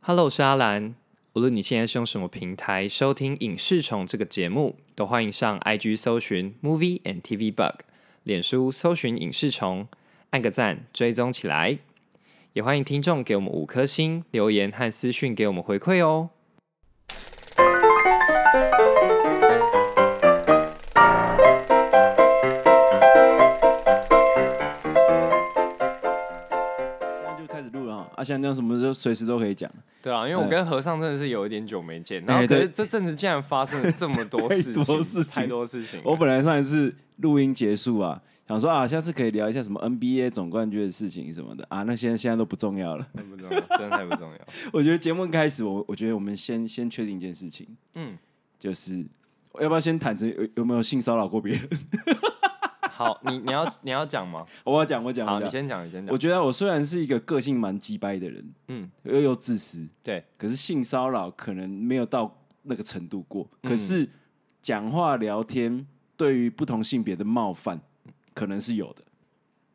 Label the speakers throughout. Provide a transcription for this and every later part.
Speaker 1: Hello，我是阿兰。无论你现在是用什么平台收听《影视虫》这个节目，都欢迎上 IG 搜寻 Movie and TV Bug，脸书搜寻影视虫，按个赞追踪起来。也欢迎听众给我们五颗星留言和私讯给我们回馈哦。
Speaker 2: 现在就开始录了哈，啊，像这样什么就随时都可以讲。
Speaker 1: 对啊，因为我跟和尚真的是有一点久没见，然
Speaker 2: 嗯哎
Speaker 1: 后可是
Speaker 2: 对
Speaker 1: 这阵子竟然发生了这么多
Speaker 2: 太
Speaker 1: 事情，
Speaker 2: 多事情哦
Speaker 1: 太多事情了。
Speaker 2: 我本来上一次录音结束啊，想说啊，下次可以聊一下什么 NBA 总冠军的事情什么的啊，那现在现在都不重要了。
Speaker 1: 太不重要，真的太不重要。
Speaker 2: 我觉得节目开始，我我觉得我们先先确定一件事情，
Speaker 1: 嗯，
Speaker 2: 就是要不要先坦诚有有没有性骚扰过别人？
Speaker 1: 好，你你要你要讲吗？
Speaker 2: 我要讲，我讲，
Speaker 1: 好，
Speaker 2: 我
Speaker 1: 你
Speaker 2: 讲。
Speaker 1: 先讲，你先讲
Speaker 2: 我。觉得我虽然是一个个性蛮鸡掰的人，
Speaker 1: 嗯，
Speaker 2: 又又自私，
Speaker 1: 对，
Speaker 2: 可是性骚扰可能没有到那个程度过。
Speaker 1: 嗯
Speaker 2: 可是讲话聊天对于不同性别的冒犯，可能是有的。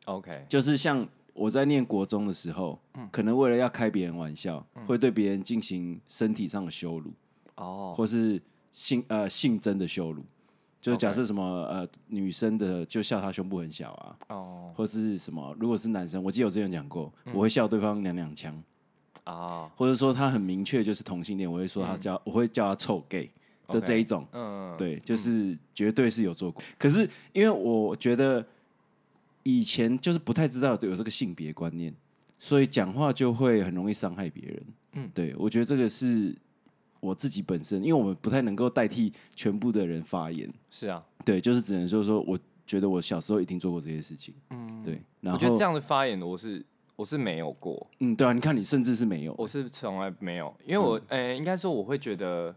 Speaker 1: OK，
Speaker 2: 就是像我在念国中的时候，
Speaker 1: 嗯
Speaker 2: 可能为了要开别人玩笑，会对别人进行身体上的羞辱，
Speaker 1: 哦，
Speaker 2: 或是性呃性征的羞辱。就是假设什么呃女生的就笑她胸部很小啊，
Speaker 1: 哦，嗯
Speaker 2: 或是什么如果是男生，我记得我之前有讲过，我会笑对方娘娘腔，
Speaker 1: 啊，
Speaker 2: 或者说他很明确就是同性恋，我会
Speaker 1: 嗯
Speaker 2: 说他叫、我会叫他臭 gay 的
Speaker 1: OK
Speaker 2: 这一种。
Speaker 1: 嗯，
Speaker 2: 对，就是绝对是有做过。可是因为我觉得以前就是不太知道有这个性别观念，所以讲话就会很容易伤害别人。嗯，对，我觉得这个是我自己本身，因为我们不太能够代替全部的人发言。
Speaker 1: 是啊，
Speaker 2: 对，就是只能说说，我觉得我小时候一定做过这些事情。嗯，对。然
Speaker 1: 我
Speaker 2: 后
Speaker 1: 觉得这样的发言我是我是没有过，
Speaker 2: 嗯，对啊，你看你甚至是没有，
Speaker 1: 我是从来没有，因为我，
Speaker 2: 嗯
Speaker 1: 呃，应该说我会觉得，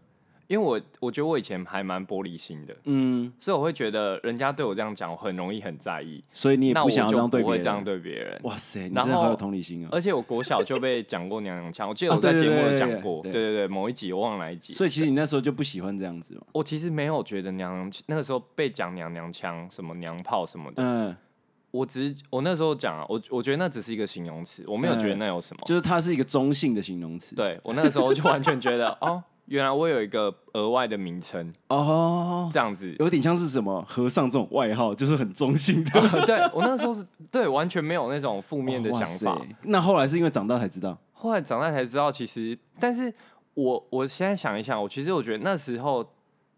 Speaker 1: 因为我我觉得我以前还蛮玻璃心的，
Speaker 2: 嗯，
Speaker 1: 所以我会觉得人家对我这样讲，我很容易很在意，
Speaker 2: 所以你也
Speaker 1: 那
Speaker 2: 不
Speaker 1: 我
Speaker 2: 想要这
Speaker 1: 就
Speaker 2: 样对
Speaker 1: 不
Speaker 2: 别
Speaker 1: 会
Speaker 2: 人。
Speaker 1: 这样对别人。
Speaker 2: 哇塞，你
Speaker 1: 然
Speaker 2: 真的好
Speaker 1: 后
Speaker 2: 有同理心啊！
Speaker 1: 而且我国小就被讲过娘娘腔，我记得
Speaker 2: 啊
Speaker 1: 我在
Speaker 2: 对
Speaker 1: 节
Speaker 2: 对
Speaker 1: 目有
Speaker 2: 对
Speaker 1: 讲
Speaker 2: 对
Speaker 1: 过，对
Speaker 2: 对
Speaker 1: 对对，某一集我忘了哪一集。
Speaker 2: 所以其实你那时候就不喜欢这样子嘛。
Speaker 1: 我其实没有觉得娘娘腔，那个时候被讲娘娘腔、什么娘炮什么的，
Speaker 2: 嗯，
Speaker 1: 我只是我那时候讲啊，我我觉得那只是一个形容词，我没有觉
Speaker 2: 嗯
Speaker 1: 得那有什么。
Speaker 2: 就是它是一个中性的形容词。
Speaker 1: 对我那个时候就完全觉得哦，原来我有一个额外的名称，
Speaker 2: 哦，
Speaker 1: 这样子。
Speaker 2: 有点像是什么和尚这种外号，就是很中性的。
Speaker 1: 呃对我那时候是对完全没有那种负面的
Speaker 2: 哦哇
Speaker 1: 想
Speaker 2: 塞
Speaker 1: 法。
Speaker 2: 那后来是因为长大才知道，
Speaker 1: 后来长大才知道，其实，但是我我现在想一想，我其实我觉得那时候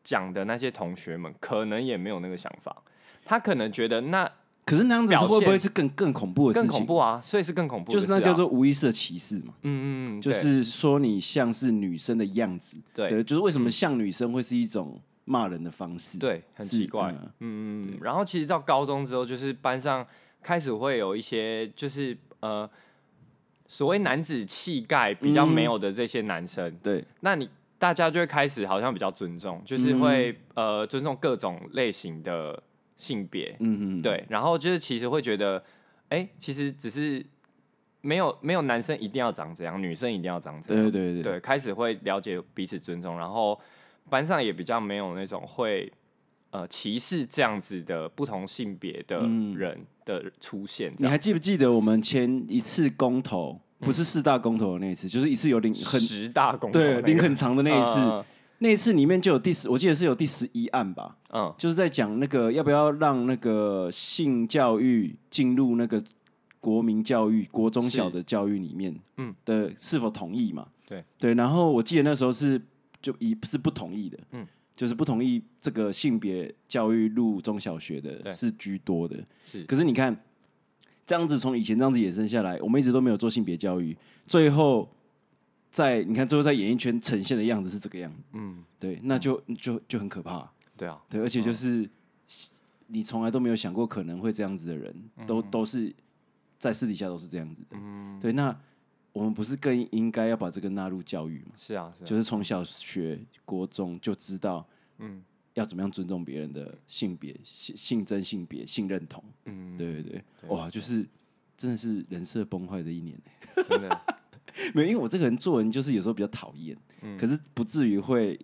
Speaker 1: 讲的那些同学们，可能也没有那个想法，他可能觉得那
Speaker 2: 可是那样子是
Speaker 1: 表现
Speaker 2: 会不会是更更恐怖的事
Speaker 1: 更
Speaker 2: 情？
Speaker 1: 恐怖啊，所以是更恐怖的
Speaker 2: 就
Speaker 1: 事
Speaker 2: 是
Speaker 1: 啊、
Speaker 2: 那叫做无意识的歧视嘛，
Speaker 1: 嗯嗯嗯，
Speaker 2: 就
Speaker 1: 对
Speaker 2: 是说你像是女生的样子。
Speaker 1: 对嗯
Speaker 2: 就是为什么像女生会是一种骂人的方式？，
Speaker 1: 对，很
Speaker 2: 是
Speaker 1: 奇怪。
Speaker 2: 嗯
Speaker 1: 嗯，然后其实到高中之后，就是班上开始会有一些，就是呃，所谓男子气概比较没有的这些男生，
Speaker 2: 对，
Speaker 1: 那你大家就会开始好像比较尊重，就是会、呃尊重各种类型的性别，
Speaker 2: 嗯嗯，
Speaker 1: 对，然后就是其实会觉得，哎、其实只是没有没有男生一定要长怎样，女生一定要长怎样
Speaker 2: 对，对对对，
Speaker 1: 对，开始会了解彼此尊重，然后班上也比较没有那种会呃歧视这样子的不同性别的
Speaker 2: 嗯
Speaker 1: 人的出现，这
Speaker 2: 你
Speaker 1: 样
Speaker 2: 还记不记得我们前一次公投，不
Speaker 1: 嗯
Speaker 2: 是四大公投的那一次，就是一次有领很
Speaker 1: 十大公投
Speaker 2: 对
Speaker 1: 那
Speaker 2: 领
Speaker 1: 个
Speaker 2: 很长的那一次，
Speaker 1: 嗯
Speaker 2: 那一次里面就有第十，我记得是有第十一案吧，
Speaker 1: 嗯
Speaker 2: 就是在讲那个要不要让那个性教育进入那个国民教育、国中小的教育里面，
Speaker 1: 嗯
Speaker 2: 嗯的是否同意嘛？
Speaker 1: 对
Speaker 2: 对，然后我记得那时候是就一是不同意的，
Speaker 1: 嗯
Speaker 2: 嗯，就是不同意这个性别教育入中小学
Speaker 1: 对
Speaker 2: 的是居多的，
Speaker 1: 是
Speaker 2: 可是你看，这样子从以前这样子衍生下来，我们一直都没有做性别教育，最后在你看最后在演艺圈呈现的样子是这个样子，
Speaker 1: 嗯
Speaker 2: 对，那就就就很可怕，
Speaker 1: 对啊
Speaker 2: 对，而且就是、你从来都没有想过可能会这样子的人，都都是在私底下都是这样子的，对，那我们不是更应该要把这个纳入教育吗？
Speaker 1: 是啊是啊
Speaker 2: 就是从小学、国中就知道，嗯，要怎么样尊重别人的性别、性性征、性别、性认同。
Speaker 1: 嗯
Speaker 2: 对对对，
Speaker 1: 对
Speaker 2: 哇，就是真的是人设崩坏的一年欸。
Speaker 1: 啊真的
Speaker 2: 没有，因为我这个人做人就是有时候比较讨厌，可是不至于会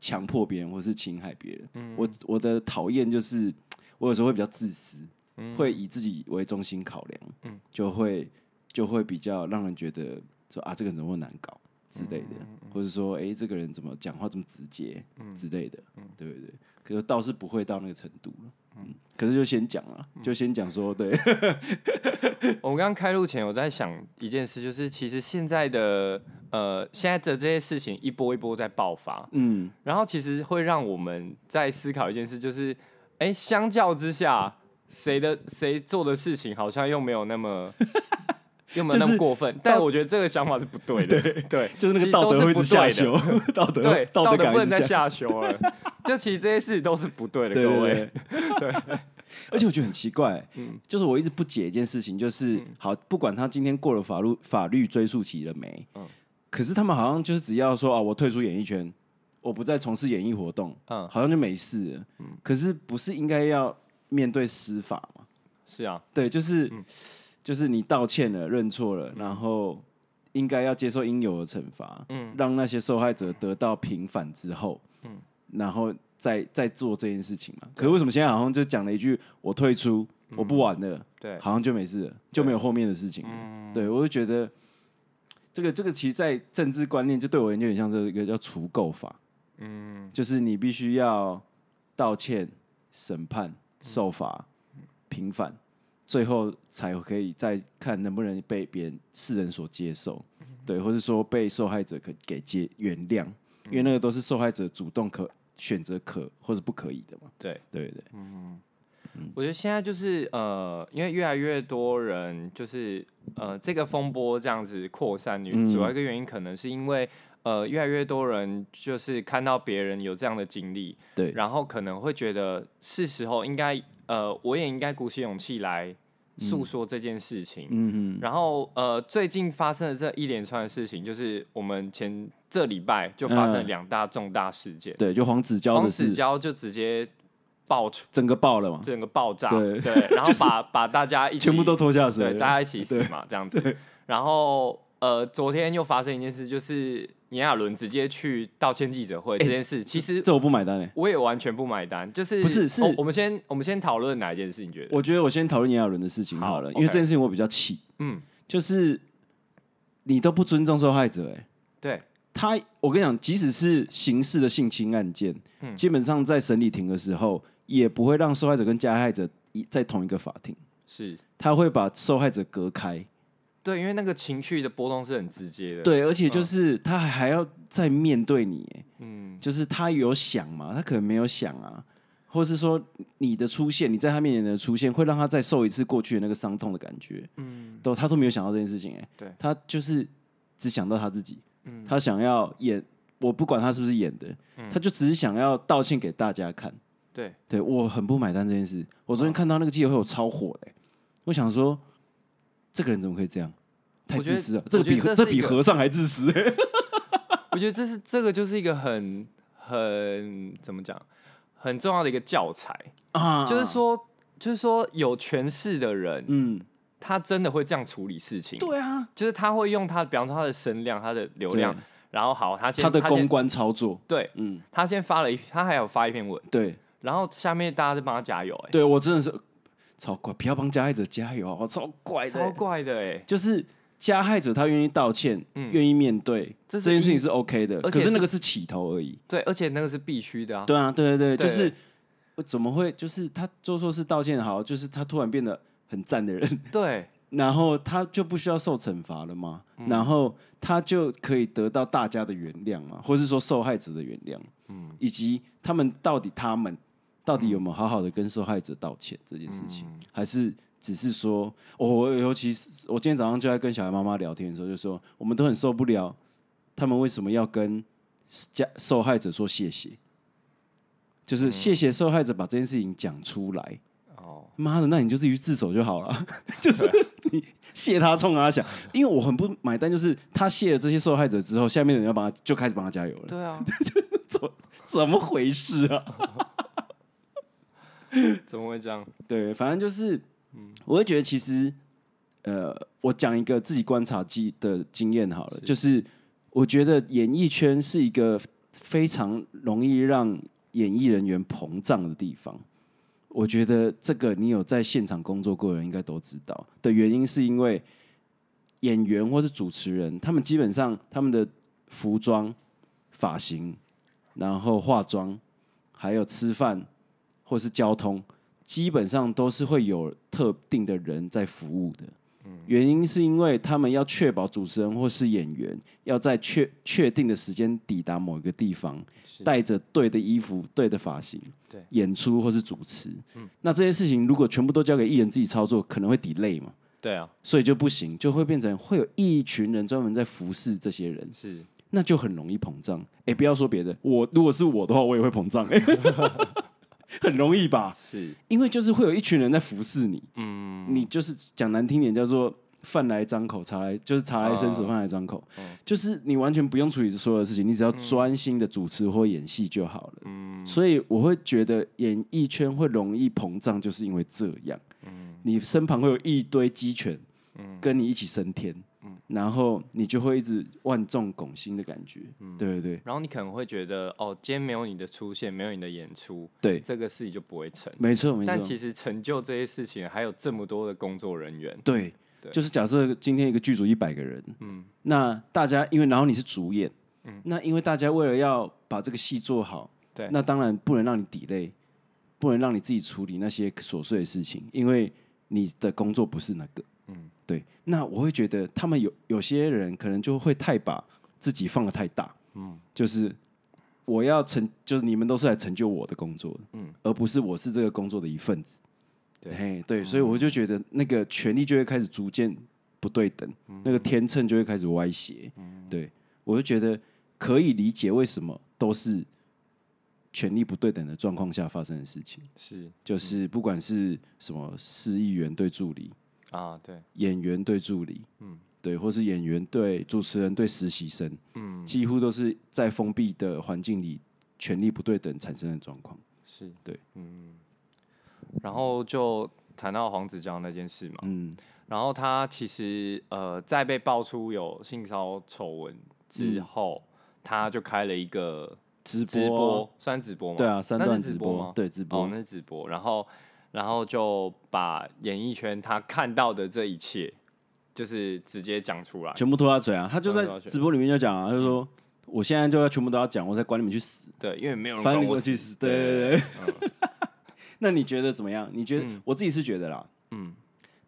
Speaker 2: 强迫别人或是侵害别人。我我的讨厌就是我有时候会比较自私，会以自己为中心考量，就会就会比较让人觉得说啊，这个人怎么那么难搞？之类的，或者说哎、诶这个人怎么讲话这么直接之类的，对不对？可是倒是不会到那个程度了。嗯，可是就先讲了，就先讲说，对，
Speaker 1: 我们刚刚开录前，我在想一件事，就是其实现在的呃，现在的这些事情一波一波在爆发，
Speaker 2: 嗯，
Speaker 1: 然后其实会让我们在思考一件事，就是哎，相较之下，谁的谁做的事情好像又没有那 么。又没有那
Speaker 2: 就
Speaker 1: 么
Speaker 2: 是
Speaker 1: 过分，但我觉得这个想法是不 对的。对，
Speaker 2: 就是那
Speaker 1: 其
Speaker 2: 个
Speaker 1: 实
Speaker 2: 道
Speaker 1: 都
Speaker 2: 德
Speaker 1: 是
Speaker 2: 会一
Speaker 1: 不
Speaker 2: 直下
Speaker 1: 对的
Speaker 2: 修， 道 德
Speaker 1: 对，道
Speaker 2: 德感
Speaker 1: 不
Speaker 2: 会一
Speaker 1: 能
Speaker 2: 直
Speaker 1: 再
Speaker 2: 下
Speaker 1: 下修 了。就其实这些事都是不对的，
Speaker 2: 对
Speaker 1: 各
Speaker 2: 对
Speaker 1: 位嗯
Speaker 2: 对。 而且我觉得很 奇怪、就是我一直不解一件事情，就是、好，不管他今天过了法律法律追诉期了没，
Speaker 1: 嗯
Speaker 2: 可是他们好像就是只要说啊，我退出演艺圈，我不再从事演艺活动，
Speaker 1: 嗯
Speaker 2: 好像就没事了。可是不是应该要面对司法吗？
Speaker 1: 是啊，
Speaker 2: 对，就是、就是你道歉了，认错了，然后应该要接受应有的惩罚，嗯，让那些受害者得到平反之后，嗯，然后再再做这件事情嘛。可是为什么现在好像就讲了一句“我退出，我不玩了”，
Speaker 1: 对，嗯
Speaker 2: 好像就没事了，就没有后面的事情了。对我就觉得这个这个其实，在政治观念就对我而言有点像这个叫除垢法，嗯，就是你必须要道歉、审判、受罚、
Speaker 1: 嗯
Speaker 2: 平反，最后才可以再看能不能被别人世人所接受，
Speaker 1: 嗯
Speaker 2: 对，或是说被受害者可给接原谅，
Speaker 1: 嗯
Speaker 2: 因为那个都是受害者主动可选择可或是不可以的嘛，
Speaker 1: 对，
Speaker 2: 对不对？嗯
Speaker 1: 我觉得现在就是呃，因为越来越多人就是呃，这个风波这样子扩散，
Speaker 2: 嗯
Speaker 1: 主要一个原因可能是因为呃，越来越多人就是看到别人有这样的经历，
Speaker 2: 对
Speaker 1: 然后可能会觉得是时候应该呃，我也应该鼓起勇气来诉说这件事情。
Speaker 2: 嗯
Speaker 1: 然后呃，最近发生的这一连串的事情，就是我们前这礼拜就发生
Speaker 2: 嗯
Speaker 1: 两大重大事件
Speaker 2: 哼，，对，就黄子佼
Speaker 1: 黄
Speaker 2: 的
Speaker 1: 子
Speaker 2: 事
Speaker 1: 佼就直接爆出
Speaker 2: 整个爆了嘛，
Speaker 1: 整个爆炸，
Speaker 2: 对
Speaker 1: 然后把把大家一起
Speaker 2: 全部都拖下水
Speaker 1: 对
Speaker 2: 了，
Speaker 1: 大家一起死 嘛，这样子。然后呃，昨天又发生一件事，就是炎亚纶直接去道歉记者会这件事，其实
Speaker 2: 哎这我不买单嘞、欸
Speaker 1: 我也完全不买单，就是
Speaker 2: 不是是
Speaker 1: 哦我们先我们先讨论哪一件事？你觉得？
Speaker 2: 我觉得我先讨论炎亚纶的事情
Speaker 1: 好
Speaker 2: 好了，
Speaker 1: ，OK
Speaker 2: 因为这件事情我比较气，
Speaker 1: 嗯，
Speaker 2: 就是你都不尊重受害者、欸，
Speaker 1: 对，
Speaker 2: 他，我跟你讲，即使是刑事的性侵案件，
Speaker 1: 嗯
Speaker 2: 基本上在审理庭的时候，也不会让受害者跟加害者一在同一个法庭，
Speaker 1: 是
Speaker 2: 他会把受害者隔开，
Speaker 1: 对，因为那个情绪的波动是很直接的，，
Speaker 2: 对，而且就是他还还要再面对你、欸，
Speaker 1: 嗯，
Speaker 2: 就是他有想嘛，他可能没有想啊，或是说你的出现，你在他面前的出现，会让他再受一次过去的那个伤痛的感觉。嗯，都他都没有想到这件事情、哎，
Speaker 1: 对
Speaker 2: 他就是只想到他自己，他想要演，我不管他是不是演的，
Speaker 1: 嗯
Speaker 2: 他就只是想要道歉给大家看。
Speaker 1: 对，
Speaker 2: 对我很不买单这件事，我昨天看到那个记者会，我超火的、哎我想说，这个人怎么可以这样？太
Speaker 1: 我觉得
Speaker 2: 自私了，
Speaker 1: 我
Speaker 2: 这个
Speaker 1: 觉得
Speaker 2: 比
Speaker 1: 这是
Speaker 2: 这比
Speaker 1: 一个
Speaker 2: 和尚还 自私、哎
Speaker 1: 我觉得这是这个就是一个很很怎么讲，很重要的一个教材，
Speaker 2: 啊！
Speaker 1: 就是，说就是说有权势的人，
Speaker 2: 嗯，
Speaker 1: 他真的会这样处理事情，
Speaker 2: 对啊，
Speaker 1: 就是他会用他，比方说他的声量、他的流量
Speaker 2: 对，
Speaker 1: 然后好，他先
Speaker 2: 他的公
Speaker 1: 先
Speaker 2: 关操作，
Speaker 1: 对
Speaker 2: 嗯，
Speaker 1: 他先发了一，他还有发一篇文，
Speaker 2: 对，
Speaker 1: 然后下面大家就帮他加油、欸，
Speaker 2: 对我真的是超怪，不要帮加害者加油啊！我超怪的欸、
Speaker 1: 超怪的哎、
Speaker 2: 就是加害者他愿意道歉，愿、意面对
Speaker 1: 嗯这是
Speaker 2: 件事情是 OK 的，
Speaker 1: 而且
Speaker 2: 可
Speaker 1: 是
Speaker 2: 是那个是起头而已。
Speaker 1: 对，而且那个是必须的啊，
Speaker 2: 对啊，对对对，
Speaker 1: 对
Speaker 2: 就是我怎么会就是他做错事道歉好，就是他突然变得很赞的人，
Speaker 1: 对
Speaker 2: 然后他就不需要受惩罚了吗？然后他就可以得到大家的原谅嘛，或是说受害者的原谅，嗯，以及他们到底他们到底有没有好好的跟受害者道歉这件事情，还是只是说，我、我尤其是我今天早上就在跟小孩妈妈聊天的时候，就说我们都很受不了，他们为什么要跟加受害者说谢谢？就是谢谢受害者把这件事情讲出来，
Speaker 1: 哦，
Speaker 2: 妈的，那你就自己去自首就好了， 就是你谢他冲他想，因为我很不买单，就是他谢了这些受害者之后，下面的人要帮他就开始帮他加油 了，
Speaker 1: 对啊，
Speaker 2: 怎么回事啊？
Speaker 1: 怎么会这样？
Speaker 2: 对，反正就是，我会觉得其实，呃，我讲一个自己观察记的经验好了，就是我觉得演艺圈是一个非常容易让演艺人员膨胀的地方。我觉得这个你有在现场工作过的人应该都知道的原因，是因为演员或是主持人，他们基本上他们的服装、发型，然后化妆，还有吃饭或是交通，基本上都是会有特定的人在服务的。原因是因为他们要确保主持人或是演员要在确确定的时间抵达某一个地方，带着对的衣服、对的发型，
Speaker 1: 对
Speaker 2: 演出或是主持。那这些事情如果全部都交给艺人自己操作，可能会 delay 嘛，
Speaker 1: 对啊，
Speaker 2: 所以就不行，就会变成会有一群人专门在服侍这些人，
Speaker 1: 是
Speaker 2: 那就很容易膨胀。哎、不要说别的，我如果是我的话，我也会膨胀， 很容易吧？
Speaker 1: 是，
Speaker 2: 因为就是会有一群人在服侍你，嗯，你就是讲难听点叫做饭来张口，茶来就是茶来伸手，
Speaker 1: 啊
Speaker 2: 饭来张口，就是你完全不用处理所有的事情，你只要专心的主持或演戏就好了。嗯，所以我会觉得演艺圈会容易膨胀，就是因为这样，你身旁会有一堆鸡犬，跟你一起升天，然后你就会一直万众拱心的感觉，对对对
Speaker 1: 然后你可能会觉得哦，今天没有你的出现，没有你的演出，
Speaker 2: 对，
Speaker 1: 这个事情就不会成。
Speaker 2: 没错没错。
Speaker 1: 但其实成就这些事情，还有这么多的工作人员，
Speaker 2: 对，
Speaker 1: 对
Speaker 2: 就是假设今天一个剧组一百个人，嗯，那大家因为然后你是主演，嗯，那因为大家为了要把这个戏做好，
Speaker 1: 对
Speaker 2: 那当然不能让你 delay，不能让你自己处理那些琐碎的事情，因为你的工作不是那个，嗯，对。那我会觉得他们有有些人可能就会太把自己放的太大，嗯，就是。我要成，就是你们都是来成就我的工作的，嗯，而不是我是这个工作的一份子。
Speaker 1: 对嗯
Speaker 2: 嘿，对，所以我就觉得那个权力就会开始逐渐不对等，
Speaker 1: 嗯
Speaker 2: 那个天秤就会开始歪斜。对我就觉得可以理解为什么都是权力不对等的状况下发生的事情，
Speaker 1: 是嗯
Speaker 2: 就是不管是什么市议员对助理、
Speaker 1: 啊，对，
Speaker 2: 演员对助理，嗯，对，或是演员对主持人对实习生，嗯，几乎都是在封闭的环境里权力不对等产生的状况。
Speaker 1: 是，
Speaker 2: 对，
Speaker 1: 嗯。然后就谈到黄子佼那件事嘛，
Speaker 2: 嗯，
Speaker 1: 然后他其实呃，在被爆出有性骚丑闻之后，他就开了一个
Speaker 2: 直播
Speaker 1: 直播，算直播吗？
Speaker 2: 对啊，三
Speaker 1: 那
Speaker 2: 段
Speaker 1: 是直
Speaker 2: 播
Speaker 1: 吗？
Speaker 2: 对，直播。
Speaker 1: 哦，那是直播，然后然后就把演艺圈他看到的这一切，就是直接讲出来。
Speaker 2: 全部拖他嘴啊！他就
Speaker 1: 全部
Speaker 2: 在
Speaker 1: 拖他嘴
Speaker 2: 直播里面就讲啊，他就说我现在就要全部都要讲，我才管你们去死，
Speaker 1: 对，因为没有人
Speaker 2: 反
Speaker 1: 管
Speaker 2: 正你
Speaker 1: 我
Speaker 2: 们去死。对对对。那你觉得怎么样？你觉得我自己是觉得啦，
Speaker 1: 嗯，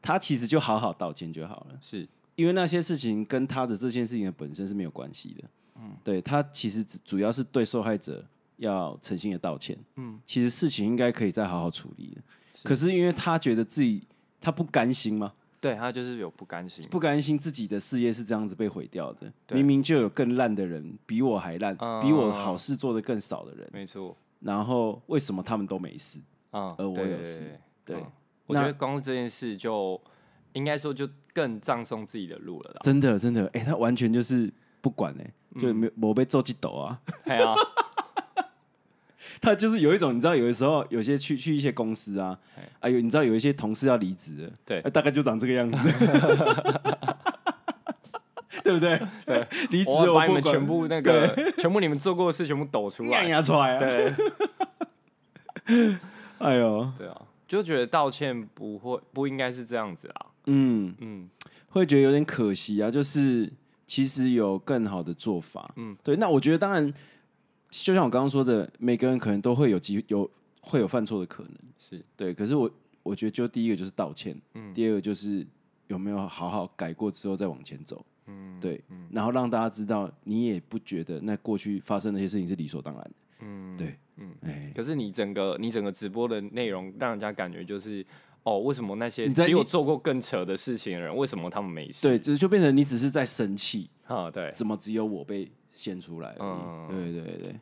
Speaker 2: 他其实就好好道歉就好了，
Speaker 1: 是
Speaker 2: 因为那些事情跟他的这件事情的本身是没有关系的。嗯，对他其实只主要是对受害者要诚心的道歉。嗯，其实事情应该可以再好好处理的，可是因为他觉得自己他不甘心嘛，
Speaker 1: 对他就是有不甘心，
Speaker 2: 不甘心自己的事业是这样子被毁掉的，
Speaker 1: 对
Speaker 2: 明明就有更烂的人，比我还烂，
Speaker 1: 嗯
Speaker 2: 比我好事做的更少的人，
Speaker 1: 没错，
Speaker 2: 然后为什么他们都没事？
Speaker 1: 嗯，
Speaker 2: 呃而我
Speaker 1: 对
Speaker 2: 有
Speaker 1: 对
Speaker 2: 事
Speaker 1: 对对
Speaker 2: 对，
Speaker 1: 嗯我
Speaker 2: 那
Speaker 1: 觉得光是这件事就应该说就更葬送自己的嗯路 了啦。
Speaker 2: 真的真的，哎、他完全就是不管哎、就没我被揍几抖啊，
Speaker 1: 对啊，
Speaker 2: 他就是有一种你知道，有的时候有些去去一些公司啊，哎呦，你知道有一些同事要离职了，
Speaker 1: 对
Speaker 2: 哎大概就长这 个样子。 对不对？对， 离职
Speaker 1: 我要
Speaker 2: 我
Speaker 1: 把
Speaker 2: 不
Speaker 1: 你们
Speaker 2: 管
Speaker 1: 全 部那个，全部你们做过的事全部抖出
Speaker 2: 干
Speaker 1: 来。
Speaker 2: 牙出来啊！
Speaker 1: 对
Speaker 2: 哎呦，
Speaker 1: 对啊，就觉得道歉不会不应该是这样子啊。
Speaker 2: 嗯，
Speaker 1: 嗯，
Speaker 2: 会觉得有点可惜啊，就是其实有更好的做法。嗯
Speaker 1: 嗯，
Speaker 2: 对。那我觉得当然，就像我刚刚说的，每个人可能都会有机有会有犯错的可能，
Speaker 1: 是
Speaker 2: 对。可是我我觉得就第一个就是道歉，第二个就是有没有好好改过之后再往前走，嗯，对。然后让大家知道你也不觉得那过去发生那些事情是理所当然的，嗯，对，嗯，哎。
Speaker 1: 可是你整个你整个直播的内容，让人家感觉就是哦，为什么那些
Speaker 2: 你在
Speaker 1: 比我
Speaker 2: 你
Speaker 1: 做过更扯的事情的人，为什么他们没事？
Speaker 2: 对，这就变成你只是在生气，
Speaker 1: 啊，对，
Speaker 2: 怎么只有我被掀出来而已？
Speaker 1: 嗯
Speaker 2: 对对对，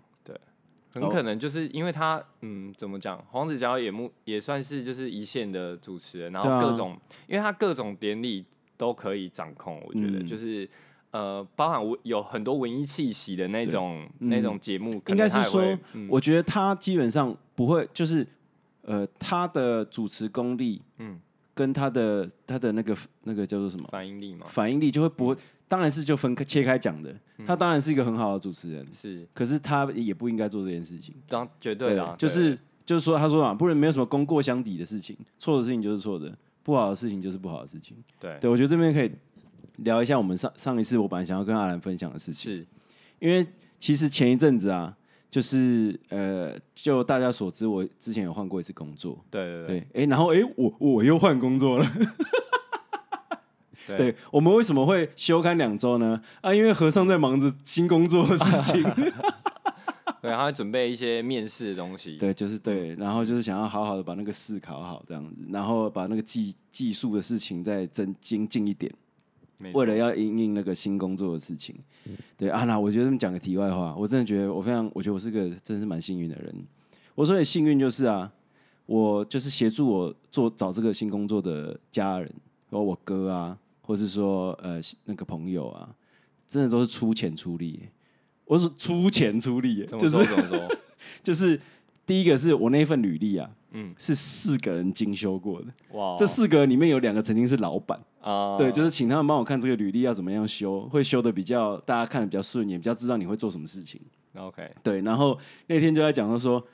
Speaker 1: 很可能就是因为他，嗯，怎么讲？黄子佼也目也算是就是一线的主持人，然后
Speaker 2: 对啊
Speaker 1: 各种，因为他各种典礼都可以掌控，我觉得、
Speaker 2: 嗯
Speaker 1: 就是呃，包含文有很多文艺气息的那种那种节目，可
Speaker 2: 嗯应该
Speaker 1: 能
Speaker 2: 是
Speaker 1: 他也会嗯
Speaker 2: 说，我觉得他基本上不会，就是呃，他的主持功力，嗯
Speaker 1: 嗯，
Speaker 2: 跟他的他的那个那个叫做什么
Speaker 1: 反应力嘛，
Speaker 2: 反应力，就会不会，当然是就分开切开讲的。
Speaker 1: 嗯
Speaker 2: 他当然是一个很好的主持人，
Speaker 1: 是
Speaker 2: 可是他也不应该做这件事情。
Speaker 1: 当绝对的啊，
Speaker 2: 就是就是说，他说嘛，不然没有什么功过相抵的事情，错的事情就是错的，不好的事情就是不好的事情。
Speaker 1: 对对
Speaker 2: 对我觉得这边可以聊一下我们上上一次我本来想要跟阿兰分享的事情，
Speaker 1: 是
Speaker 2: 因为其实前一阵子啊，就是呃，就大家所知，我之前有换过一次工作，
Speaker 1: 对对
Speaker 2: 对，哎、然后哎、诶我我又换工作了。
Speaker 1: 对
Speaker 2: 对我们为什么会休刊两周呢？啊，因为和尚在忙着新工作的事情。
Speaker 1: 对，他会准备一些面试的东西。
Speaker 2: 对，就是对，然后就是想要好好的把那个试考好这样子，然后把那个技技术的事情再增精进一点，
Speaker 1: 没错
Speaker 2: 为了要应应那个新工作的事情。对啊，那我觉得这么讲个题外话，我真的觉得我非常，我觉得我是个真的是蛮幸运的人。我说的幸运就是啊，我就是协助我做找这个新工作的家人，包括我哥啊，或是说呃那个朋友啊，真的都是出钱出力耶。我是出钱出力耶，
Speaker 1: 怎
Speaker 2: 就
Speaker 1: 么
Speaker 2: 是
Speaker 1: 说怎么 说？
Speaker 2: 就是第一个是我那一份履历啊，嗯，是四个人精修过的，
Speaker 1: 哇，
Speaker 2: 这四个人里面有两个曾经是老板，
Speaker 1: 啊，
Speaker 2: 对，就是请他们帮我看这个履历要怎么样修，会修的比较大家看的比较顺眼，比较知道你会做什么事情。
Speaker 1: OK，
Speaker 2: 对，然后那天就在讲到说，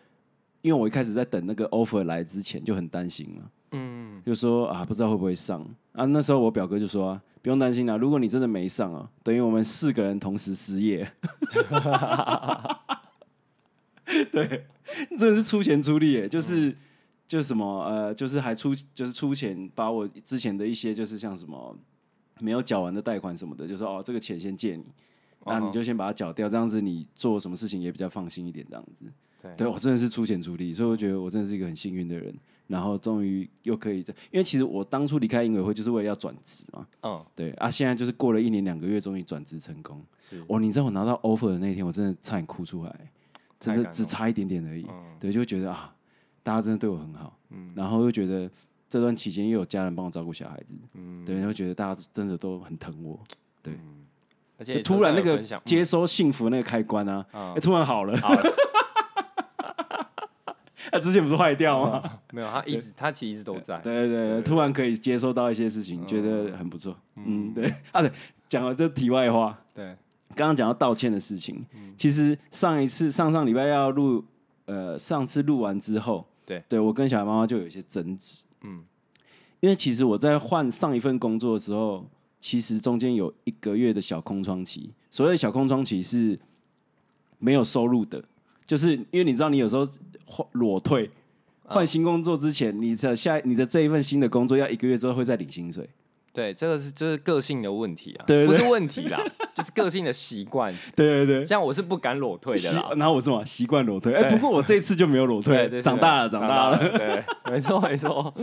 Speaker 2: 因为我一开始在等那个 offer 来之前就很担心嘛，嗯，就说啊不知道会不会上啊。那时候我表哥就说、啊、不用担心啦、如果你真的没上啊，等于我们四个人同时失业。 对，真的是出钱出力耶，就是。就是什么呃，就是还出就是出钱把我之前的一些就是像什么没有缴完的贷款什么的，就说哦这个钱先借你，那
Speaker 1: 嗯
Speaker 2: 你就先把它缴掉，这样子你做什么事情也比较放心一点，这样子。
Speaker 1: 对
Speaker 2: 对我真的是出钱出力，所以我觉得我真的是一个很幸运的人。然后终于又可以在，因为其实我当初离开英委会就是为了要转职嘛，
Speaker 1: 嗯，
Speaker 2: 对啊，现在就是过了一年两个月，终于转职成功
Speaker 1: 是。
Speaker 2: 哦，你知道我拿到 offer 的那一天，我真的差点哭出来，真
Speaker 1: 太
Speaker 2: 的
Speaker 1: 感
Speaker 2: 只
Speaker 1: 动嗯
Speaker 2: 差一点点而已。对，就觉得啊，大家真的对我很好，然后又觉得这段期间又有家人帮我照顾小孩子，
Speaker 1: 嗯
Speaker 2: 对，然后觉得大家真的都很疼我。
Speaker 1: 而且
Speaker 2: 突然那个
Speaker 1: 分享嗯
Speaker 2: 接收幸福的那个开关啊， 欸突然好了，
Speaker 1: 好了
Speaker 2: 它之前不是坏掉吗？
Speaker 1: 没有，他一直他其实一直都在。
Speaker 2: 对对对，突然可以接收到一些事情，觉得很不错。嗯，对 啊，对，讲了这题外话，
Speaker 1: 对，
Speaker 2: 刚刚讲到道歉的事情，其实上一次上上礼拜要录，呃，上次录完之后，
Speaker 1: 对，
Speaker 2: 对我跟小孩妈妈就有一些争执。
Speaker 1: 嗯
Speaker 2: 嗯，因为其实我在换上一份工作的时候，其实中间有一个月的小空窗期。所谓的小空窗期是没有收入的，就是因为你知道，你有时候换裸退。换新工作之前，你的下你的这一份新的工作要一个月之后会再领薪水，
Speaker 1: 对，这个是就是个性的问题啊，
Speaker 2: 对对
Speaker 1: 不
Speaker 2: 对
Speaker 1: 是问题啦，就是个性的习惯。
Speaker 2: 对对 对，
Speaker 1: 像我是不敢裸退的
Speaker 2: 习
Speaker 1: 啦，，
Speaker 2: 然后我是嘛习惯裸退，哎、
Speaker 1: 对
Speaker 2: 不过我这次就没有裸
Speaker 1: 对，
Speaker 2: 退
Speaker 1: 这，是
Speaker 2: 长
Speaker 1: 的
Speaker 2: 大了，长大了。，
Speaker 1: 对，没错没 错，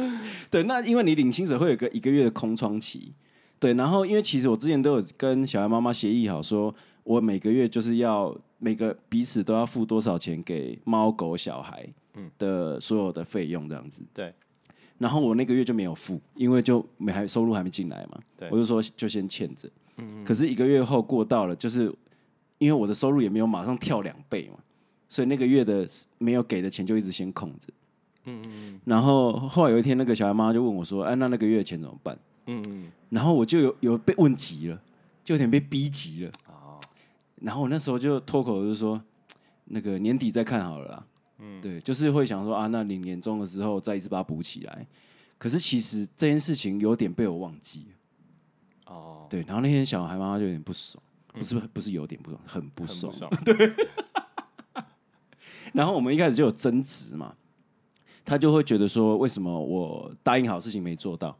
Speaker 2: 对，那因为你领薪水会有个一个月的空窗期，对，然后因为其实我之前都有跟小孩妈妈协议好说，我每个月就是要每个彼此都要付多少钱给猫狗小孩的所有的费用这样子。
Speaker 1: 对，
Speaker 2: 然后我那个月就没有付，因为就没还收入还没进来嘛，
Speaker 1: 对嗯
Speaker 2: 我就说就先欠着。可是一个月后过到了，就是因为我的收入也没有马上跳两倍嘛，所以那个月的没有给的钱就一直先空着。
Speaker 1: 嗯
Speaker 2: 然后后来有一天，那个小孩妈妈就问我说：“哎、那那个月的钱怎么办
Speaker 1: 嗯嗯，？”
Speaker 2: 然后我就有有被问急了，就有点被逼急了。
Speaker 1: 哦
Speaker 2: 然后我那时候就脱口而出说：“那个年底再看好了啦。”嗯，对，就是会想说啊，那领年终的时候再一次把它补起来。可是其实这件事情有点被我忘记了。
Speaker 1: 哦，嗯
Speaker 2: 对，然后那天小孩妈妈就有点不爽，不是不是有点不爽，很不
Speaker 1: 很
Speaker 2: 爽
Speaker 1: 不。爽，
Speaker 2: 然后我们一开始就有争执嘛，他就会觉得说，为什么我答应好事情没做到？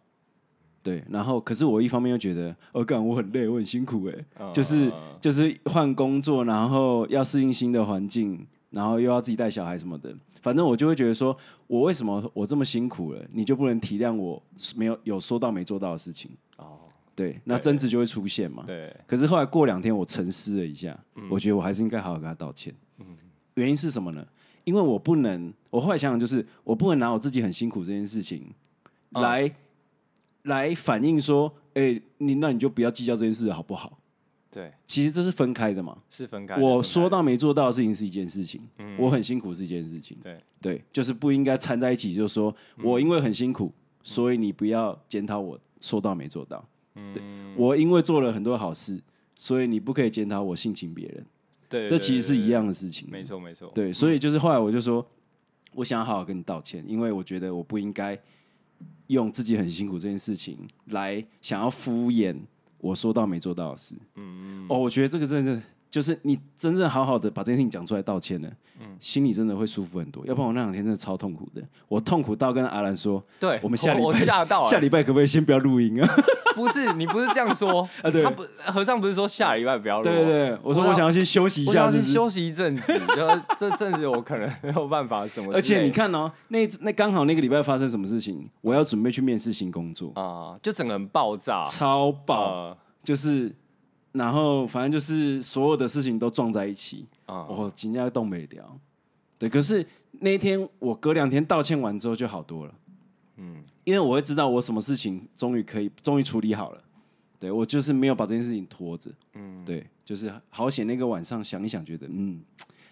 Speaker 2: 对，然后可是我一方面又觉得，哦，干我很累，我很辛苦哎、
Speaker 1: 嗯
Speaker 2: 就是
Speaker 1: 嗯嗯
Speaker 2: 就是换工作，然后要适应新的环境，然后又要自己带小孩什么的，反正我就会觉得说，我为什么我这么辛苦了，你就不能体谅我没有有说到没做到的事情？
Speaker 1: 哦，
Speaker 2: 对，那争执就会出现嘛。
Speaker 1: 对，嗯
Speaker 2: 可是后来过两天，我沉思了一下，我觉得我还是应该好好跟他道歉。原因是什么呢？因为我不能，我后来想想，就是我不能拿我自己很辛苦这件事情
Speaker 1: 嗯
Speaker 2: 来、来反映说，哎、你那你就不要计较这件事好不好？
Speaker 1: 对，
Speaker 2: 其实这是分开的嘛。
Speaker 1: 是分开的。
Speaker 2: 我
Speaker 1: 分开
Speaker 2: 说
Speaker 1: 的
Speaker 2: 到没做到的事情是一件事情，我很辛苦是一件事情，
Speaker 1: 对嗯
Speaker 2: 对，就是不应该掺在一起，就是说我因为很辛苦，所以你不要检讨我说到没做到，嗯，我因为做了很多好事，所以你不可以检讨我性侵别人，
Speaker 1: 对，
Speaker 2: 这
Speaker 1: 对
Speaker 2: 其实是一，样的事
Speaker 1: 对
Speaker 2: 情
Speaker 1: 对，没错没错，
Speaker 2: 对，所以就是后来我就说，我想要好好跟你道歉，因为我觉得我不应该用自己很辛苦这件事情
Speaker 1: 嗯
Speaker 2: 来想要敷衍我说到没做到的事。嗯，哦，我觉得这个真的是就是你真正好好的把这件事情讲出来道歉了，嗯，心里真的会舒服很多。要不然我那两天真的超痛苦的，我痛苦到跟阿兰说，
Speaker 1: 对，
Speaker 2: 我们下礼
Speaker 1: 我
Speaker 2: 拜
Speaker 1: 吓到了，
Speaker 2: 下礼拜可不可以先不要录音啊？
Speaker 1: 不是你不是这样说
Speaker 2: 啊 对
Speaker 1: 他不和尚不是说下礼拜不要录，哦
Speaker 2: 对对，对，我说我想要先休息一
Speaker 1: 我要
Speaker 2: 下，是
Speaker 1: 是
Speaker 2: 不是？
Speaker 1: 休息一阵子， 就这阵子我可能没有办法什么之类的，
Speaker 2: 而且你看哦，那那刚好那个礼拜发生什么事情，我要准备去面试新工作，
Speaker 1: 啊、就整个人爆炸，
Speaker 2: 超爆，
Speaker 1: 呃
Speaker 2: 就是，然后反正就是所有的事情都撞在一起，哦
Speaker 1: 啊
Speaker 2: 我今天动没掉。对，可是那一天我隔两天道歉完之后就好多了，嗯，因为我会知道我什么事情终于可以终于处理好了，对我就是没有把这件事情拖着，嗯，对，就是好险那个晚上想一想，觉得嗯，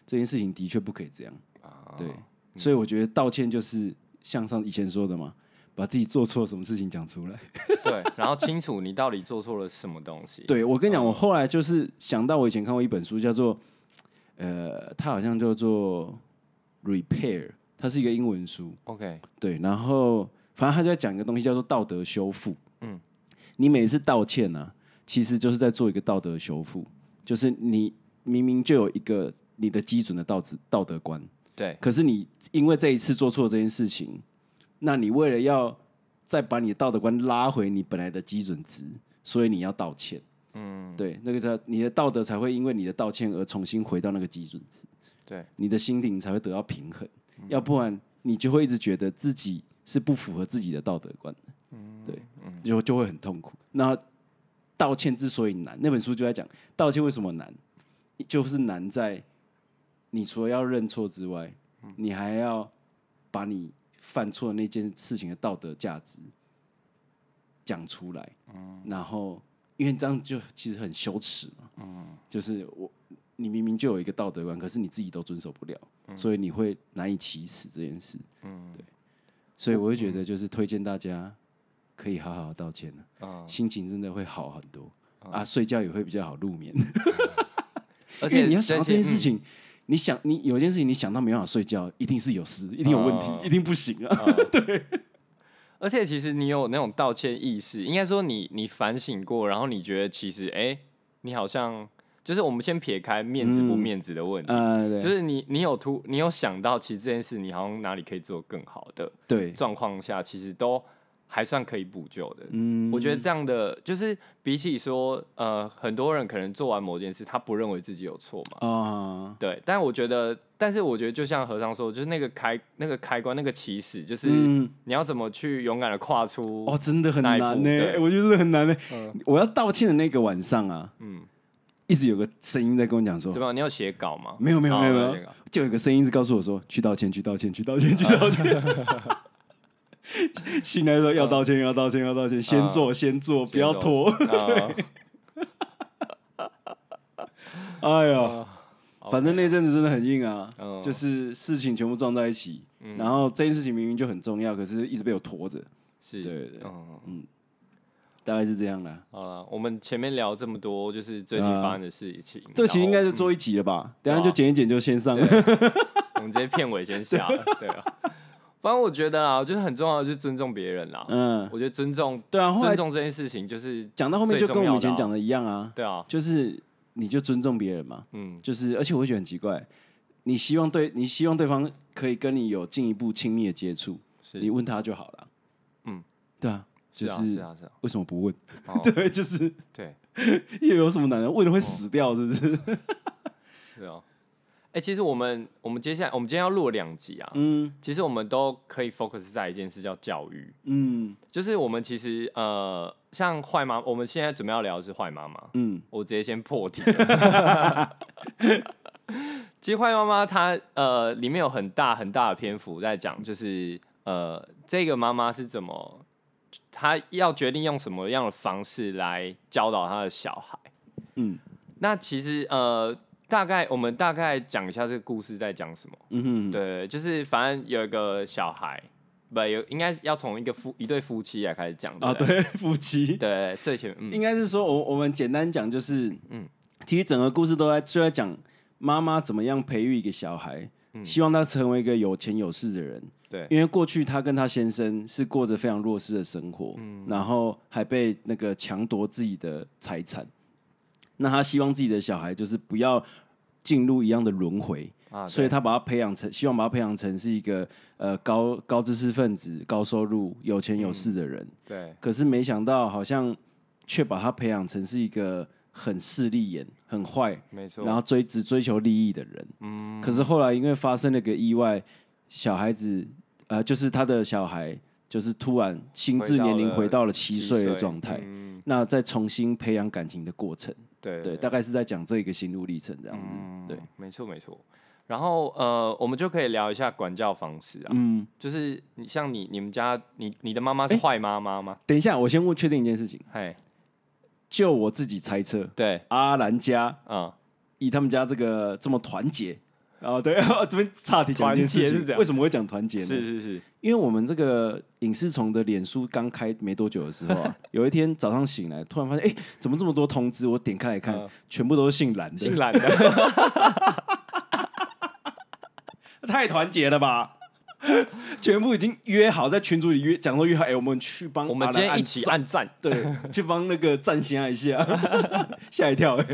Speaker 2: 这件事情的确不可以这样，
Speaker 1: 啊
Speaker 2: 对，所以我觉得道歉就是像上以前说的嘛，把自己做错什么事情讲出来。
Speaker 1: 对，然后清楚你到底做错了什么东西，
Speaker 2: 对我跟你讲，我后来就是想到我以前看过一本书，叫做呃，它好像叫做 Repair，它是一个英文书。
Speaker 1: ，OK，
Speaker 2: 对，然后反正他就在讲一个东西叫做道德修复。嗯，你每次道歉呢、啊，其实就是在做一个道德修复，就是你明明就有一个你的基准的道德道德观，
Speaker 1: 对，
Speaker 2: 可是你因为这一次做错这件事情，那你为了要再把你的道德观拉回你本来的基准值，所以你要道歉。嗯，对，那个叫你的道德才会因为你的道歉而重新回到那个基准值。
Speaker 1: 对，
Speaker 2: 你的心灵才会得到平衡，要不然你就会一直觉得自己是不符合自己的道德观的。对，就就会很痛苦。那道歉之所以难，那本书就在讲道歉为什么难，就是难在你除了要认错之外，你还要把你犯错的那件事情的道德价值讲出来，然后因为这样就其实很羞耻嘛，就是我你明明就有一个道德观，可是你自己都遵守不了，
Speaker 1: 嗯
Speaker 2: 所以你会难以启齿这件事，对，所以我
Speaker 1: 嗯
Speaker 2: 会觉得就是推荐大家可以好好道歉了、
Speaker 1: 嗯，
Speaker 2: 心情真的会好很多。啊，睡觉也会比较好入眠，
Speaker 1: 而
Speaker 2: 因
Speaker 1: 且
Speaker 2: 为你要想到这件事
Speaker 1: 些，嗯
Speaker 2: 情，你想你有一件事情你想到没办法睡觉，一定是有事，一定有问题，
Speaker 1: 哦
Speaker 2: 一定不行啊。
Speaker 1: 嗯而且其实你有那种道歉意识，应该说你你反省过，然后你觉得其实哎、你好像就是我们先撇开面子不
Speaker 2: 嗯
Speaker 1: 面子的问题，
Speaker 2: 呃，
Speaker 1: 就
Speaker 2: 对
Speaker 1: 是你你有突你有想到，其实这件事你好像哪里可以做更好的
Speaker 2: 对，
Speaker 1: 状况下，其实都还算可以补救的。
Speaker 2: 嗯
Speaker 1: 我觉得这样的就是比起说，呃，很多人可能做完某件事，他不认为自己有错嘛，
Speaker 2: 啊，
Speaker 1: 对。但我觉得，但是我觉得就像和尚说，就是那个开那个开关那个起始，就是
Speaker 2: 嗯，
Speaker 1: 你要怎么去勇敢的跨出，
Speaker 2: 哦，真的很
Speaker 1: 那一
Speaker 2: 难
Speaker 1: 步
Speaker 2: 呢、
Speaker 1: 对
Speaker 2: 我觉得真的很难呢、欸
Speaker 1: 嗯
Speaker 2: 我要道歉的那个晚上啊，
Speaker 1: 嗯，
Speaker 2: 一直有个声音在跟我讲说
Speaker 1: 怎，么样？你有写稿吗？
Speaker 2: 没有没有
Speaker 1: 哦
Speaker 2: 没有没
Speaker 1: 写
Speaker 2: 有
Speaker 1: 稿，
Speaker 2: 就有一个声音一直告诉我说，去道歉，去道歉，去道歉，去道歉。 醒来说要道歉，要道歉，要道歉，先做，嗯先做，不要拖。
Speaker 1: 啊
Speaker 2: 哎呦，
Speaker 1: OK
Speaker 2: 反正那阵子真的很硬啊，
Speaker 1: 嗯
Speaker 2: 就是事情全部撞在一起，然后这件事情明明就很重要，可是一直被我拖着，
Speaker 1: 是，
Speaker 2: 对对对
Speaker 1: 嗯。
Speaker 2: 大概是这样啦。
Speaker 1: 好了，我们前面聊这么多，就是最近发生的事情。
Speaker 2: 啊这个其实应该
Speaker 1: 然
Speaker 2: 就
Speaker 1: 后
Speaker 2: 做一集了吧，等
Speaker 1: 对
Speaker 2: 一下
Speaker 1: 啊
Speaker 2: 就剪一剪就先上。
Speaker 1: 我们直接片尾 先下了，对啊。反正我觉得啊，就是很重要的就是尊重别人啦。
Speaker 2: 嗯，
Speaker 1: 我觉得尊重
Speaker 2: 对啊，后来
Speaker 1: 尊重这件事情就是
Speaker 2: 讲到后面就跟我们以前讲
Speaker 1: 的，
Speaker 2: 的一样啊，
Speaker 1: 对啊，
Speaker 2: 就是你就尊重别人嘛，
Speaker 1: 嗯，
Speaker 2: 就是而且我会觉得很奇怪，你希望对你希望对方可以跟你有进一步亲密的接触，
Speaker 1: 是
Speaker 2: 你问他就好了。
Speaker 1: 嗯，
Speaker 2: 对啊，就是
Speaker 1: 啊是啊 是啊，
Speaker 2: 为什么不问？
Speaker 1: 哦
Speaker 2: 对，就是
Speaker 1: 对
Speaker 2: 又有什么难的？问了会死掉，是不是？
Speaker 1: 对啊。哎，其实我们我们接下来我们今天要录两集啊，
Speaker 2: 嗯
Speaker 1: 其实我们都可以 focus 在一件事叫教育，
Speaker 2: 嗯
Speaker 1: 就是我们其实呃，像坏妈，我们现在准备要聊的是坏妈妈，
Speaker 2: 嗯
Speaker 1: 我直接先破题了。 其实《坏妈妈》她呃里面有很大很大的篇幅在讲，就是呃这个妈妈是怎么，她要决定用什么样的方式来教导她的小孩。
Speaker 2: 嗯
Speaker 1: 那其实呃大概我们大概讲一下这个故事在讲什么。
Speaker 2: 嗯哼，
Speaker 1: 对，就是反正有一个小孩，不有应该要从一个夫一对夫妻来开始讲
Speaker 2: 啊，
Speaker 1: 不
Speaker 2: 对，夫妻
Speaker 1: 对最前嗯
Speaker 2: 应该是说，我我们简单讲就是，
Speaker 1: 嗯
Speaker 2: 嗯，其实整个故事都在就在讲妈妈怎么样培育一个小孩，希望他成为一个有钱有势的人。
Speaker 1: 嗯对
Speaker 2: 因为过去她跟她先生是过着非常弱
Speaker 1: 嗯
Speaker 2: 势的生活，然后还被那个强夺自己的财产，那他希望自己的小孩就是不要进入一样的轮回，
Speaker 1: 啊，
Speaker 2: 所以
Speaker 1: 对
Speaker 2: 他把他培养成，希望把他培养成是一个呃高高知识分子、高收入、有钱有势的人。
Speaker 1: 对
Speaker 2: 可是没想到，好像却把他培养成是一个很势利眼、很坏，
Speaker 1: 没错，
Speaker 2: 然后追只追求利益的人。
Speaker 1: 嗯
Speaker 2: 可是后来因为发生了个意外，小孩子呃，就是他的小孩，就是突然心智年龄回到了七岁的状态。
Speaker 1: 嗯，
Speaker 2: 那再重新培养感情的过程，
Speaker 1: 对嗯
Speaker 2: 对，大概是在讲这一个心路历程这样子，对，
Speaker 1: 没错没错。然后呃，我们就可以聊一下管教方式啊，
Speaker 2: 嗯，
Speaker 1: 就是你像你你们家你你的妈妈是坏妈妈吗？
Speaker 2: 等一下，我先问确定一件事情，
Speaker 1: 嘿，
Speaker 2: 就我自己猜测，
Speaker 1: 对，
Speaker 2: 阿兰家
Speaker 1: 嗯，
Speaker 2: 以他们家这个这么团结，啊，对， 这边差题讲一件事
Speaker 1: 团结
Speaker 2: 情
Speaker 1: 是怎样
Speaker 2: 为什么会讲团结呢？
Speaker 1: 是是是，
Speaker 2: 因为我们这个影视虫的脸书刚开没多久的时候啊， 有一天早上醒来，突然发现，哎、怎么这么多通知？我点开来看，
Speaker 1: 嗯
Speaker 2: 全部都是啊姓蓝的，
Speaker 1: 姓懒的，
Speaker 2: 太团结了吧！ 全部已经约好在群组里约，讲说约好，哎、我们去帮
Speaker 1: 我们
Speaker 2: 阿
Speaker 1: 今
Speaker 2: 兰
Speaker 1: 天
Speaker 2: 按
Speaker 1: 一起
Speaker 2: 赞
Speaker 1: 按赞，
Speaker 2: 对， 去帮那个赞虾一下， 吓一跳、欸。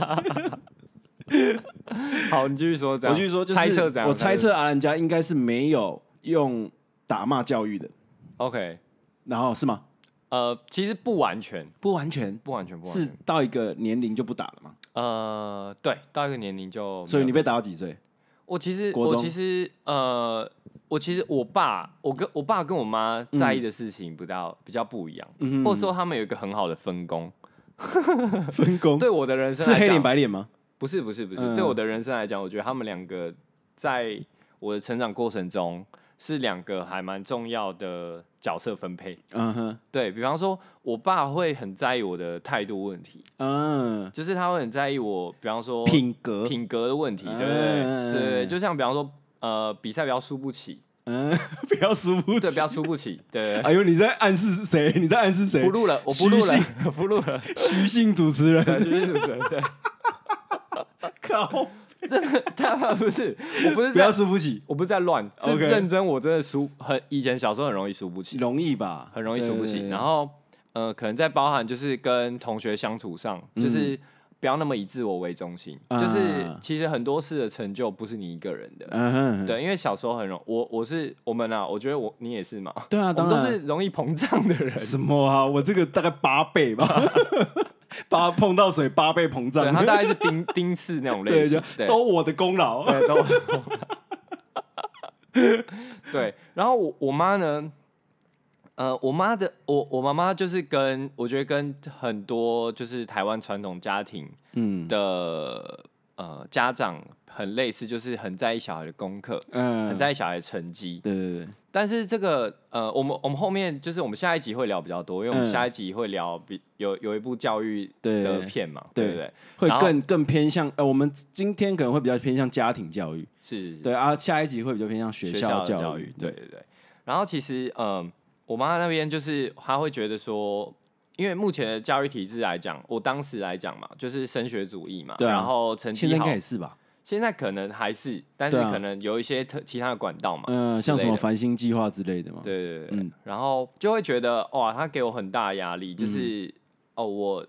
Speaker 1: 好，你继续说，这
Speaker 2: 我
Speaker 1: 样
Speaker 2: 就说，就是
Speaker 1: 猜测怎样？
Speaker 2: 我猜测阿兰家应该是没有用打骂教育的，
Speaker 1: ，OK，
Speaker 2: 然后是吗？
Speaker 1: 呃，其实不完全，
Speaker 2: 不完全
Speaker 1: 不完全，不完
Speaker 2: 是
Speaker 1: 全，
Speaker 2: 到一个年龄就不打了嘛，
Speaker 1: 呃，对，到一个年龄就没有，
Speaker 2: 所以你被打到几岁？
Speaker 1: 我其实
Speaker 2: 国
Speaker 1: 我
Speaker 2: 中
Speaker 1: 其实呃，我其实我爸，我跟我爸跟我妈在意的事情不到、比较不一样，
Speaker 2: 嗯
Speaker 1: 或者说他们有一个很好的分工。
Speaker 2: 分工
Speaker 1: 对我的人生
Speaker 2: 嗯是
Speaker 1: 来
Speaker 2: 黑脸
Speaker 1: 讲
Speaker 2: 白脸吗？
Speaker 1: 不是不是不是，
Speaker 2: 嗯
Speaker 1: 对我的人生来讲，我觉得他们两个在我的成长过程中是两个还蛮重要的角色分配。
Speaker 2: 嗯哼，
Speaker 1: 对比方说，我爸会很在意我的态度问题，
Speaker 2: 嗯，
Speaker 1: 就是他会很在意我，比方说
Speaker 2: 品格，
Speaker 1: 品格的问题，对不
Speaker 2: 嗯
Speaker 1: 对？
Speaker 2: 嗯嗯
Speaker 1: 对，
Speaker 2: 嗯
Speaker 1: 就像比方说，呃，比赛不要输不起，
Speaker 2: 嗯， 不要输不
Speaker 1: 对，
Speaker 2: 起
Speaker 1: 不。要输不起， 对，
Speaker 2: 哎呦，你在暗示谁？你在暗示谁
Speaker 1: 不？录了，我不录
Speaker 2: 虚
Speaker 1: 了，不录了，
Speaker 2: 徐姓主持人，
Speaker 1: 对，就是主持人， 对，
Speaker 2: 靠，
Speaker 1: 真的，他他不是，我不是
Speaker 2: 不要
Speaker 1: 在，
Speaker 2: 输不起，
Speaker 1: 我不是在乱，是
Speaker 2: OK
Speaker 1: 认真，我真的输，很以前小时候很容易输不起，
Speaker 2: 容易吧？
Speaker 1: 很容易输不起，然
Speaker 2: 后
Speaker 1: 后呃，可能在包含就是跟同学相处上，就是。不要那么以自我为中心，就是
Speaker 2: 嗯啊
Speaker 1: 其实很多事的成就不是你一个人的，
Speaker 2: 嗯哼，
Speaker 1: 对，因为小时候很容，我我是我们啊，我觉得我你也是嘛，
Speaker 2: 对啊，
Speaker 1: 我
Speaker 2: 当
Speaker 1: 们
Speaker 2: 然
Speaker 1: 都是容易膨胀的人，
Speaker 2: 什么啊？我这个大概八 倍吧，八碰到水八倍膨
Speaker 1: 对，
Speaker 2: 胀，
Speaker 1: 他大概是丁丁氏那种类
Speaker 2: 啊对，
Speaker 1: 型
Speaker 2: 就，
Speaker 1: 对，
Speaker 2: 都我的功劳。
Speaker 1: 对，都对。然后我我妈呢，呃，我妈的我我妈妈就是跟我觉得跟很多就是台湾传统家庭
Speaker 2: 嗯
Speaker 1: 的呃家长很类似，就是很在意小孩的功课，
Speaker 2: 嗯
Speaker 1: 很在意小孩的成绩。
Speaker 2: 对对对，
Speaker 1: 但是这个呃，我们我们后面就是我们下一集会聊比较多，因为我们
Speaker 2: 嗯
Speaker 1: 下一集会聊比有有一部教育
Speaker 2: 对
Speaker 1: 的片嘛，对
Speaker 2: 对
Speaker 1: 不对？
Speaker 2: 会
Speaker 1: 然后
Speaker 2: 更更偏向呃，我们今天可能会比较偏向家庭教育，
Speaker 1: 是是是。
Speaker 2: 对啊，下一集会比较偏向学
Speaker 1: 嗯校
Speaker 2: 校
Speaker 1: 教
Speaker 2: 育，
Speaker 1: 对对对。然后其实，嗯，我妈那边就是她会觉得说，因为目前的教育体制来讲，我当时来讲嘛，就是升学主义嘛，
Speaker 2: 对啊
Speaker 1: 然后成
Speaker 2: 现
Speaker 1: 绩
Speaker 2: 在应
Speaker 1: 好
Speaker 2: 该，也是吧？
Speaker 1: 现在可能还是，但是
Speaker 2: 对啊
Speaker 1: 可能有一些特其他的管道嘛，
Speaker 2: 嗯、像什
Speaker 1: 之类
Speaker 2: 么
Speaker 1: 的
Speaker 2: 繁星计划之类的嘛。，
Speaker 1: 对对对对。
Speaker 2: 嗯
Speaker 1: 然后就会觉得哇，她给我很大的压力，就是、哦我。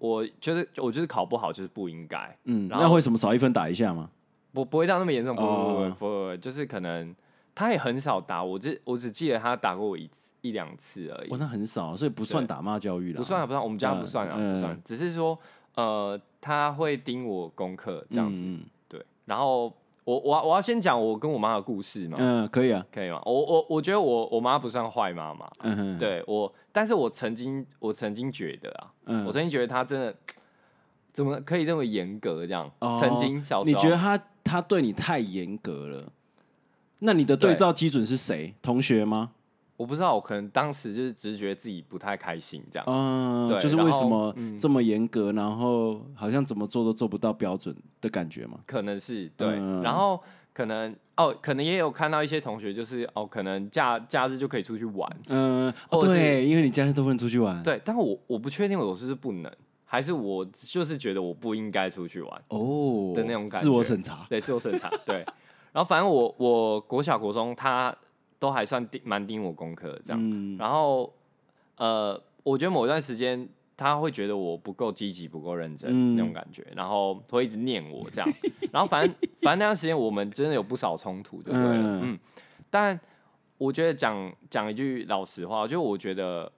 Speaker 1: 我就是我就是考不好，就是不应该，
Speaker 2: 嗯，
Speaker 1: 然后
Speaker 2: 那会什么少一分打一下吗？
Speaker 1: 不不会到那么严重，不不不
Speaker 2: 哦
Speaker 1: 不不不，就是可能他也很少打我，只我只记得他打过我一次一两次而已
Speaker 2: 哇，，哦那很少，所以不算打骂教育了。
Speaker 1: 不算啊，不算，我们家不算啊，
Speaker 2: 嗯
Speaker 1: 不算，只是说呃他会盯我功课这样子，
Speaker 2: 嗯
Speaker 1: 对，然后我我要我要先讲我跟我妈的故事嘛，
Speaker 2: 嗯，嗯可以啊。
Speaker 1: 可以吗？我我我觉得我我妈不算坏妈妈，
Speaker 2: 嗯哼，
Speaker 1: 对我，但是我曾经我曾经觉得啊，
Speaker 2: 嗯，
Speaker 1: 我曾经觉得她真的怎么可以这么严格这样，
Speaker 2: 哦
Speaker 1: 曾经小时候
Speaker 2: 你觉得他他对你太严格了？那你的对照基准是谁？同学吗？
Speaker 1: 我不知道，我可能当时就是直觉自己不太开心这样。
Speaker 2: 嗯，
Speaker 1: 啊对
Speaker 2: 就是
Speaker 1: 然
Speaker 2: 为
Speaker 1: 后
Speaker 2: 什么
Speaker 1: 嗯
Speaker 2: 这么严格，然后好像怎么做都做不到标准的感觉吗？
Speaker 1: 可能是对，
Speaker 2: 嗯
Speaker 1: 然后可能哦，可能也有看到一些同学就是哦，可能假假日就可以出去玩，
Speaker 2: 嗯，哦
Speaker 1: 或者是
Speaker 2: 对，因为你家人都不能出去玩。
Speaker 1: 对，但我我不确定我是不是不能，还是我就是觉得我不应该出去玩，
Speaker 2: 哦
Speaker 1: 的那种感
Speaker 2: 自我
Speaker 1: 觉
Speaker 2: 审查。
Speaker 1: 对，自我审查，对， 然后反正我我国小国中他都还算盯蛮盯我功课的这样，
Speaker 2: 嗯
Speaker 1: 然后呃，我觉得某段时间他会觉得我不够积极、不够认真、
Speaker 2: 嗯
Speaker 1: 那种感觉，然后会一直念我这样。然后反正反正那段时间我们真的有不少冲突，对不对了？嗯
Speaker 2: 嗯
Speaker 1: 但我觉得讲讲一句老实话，就我觉得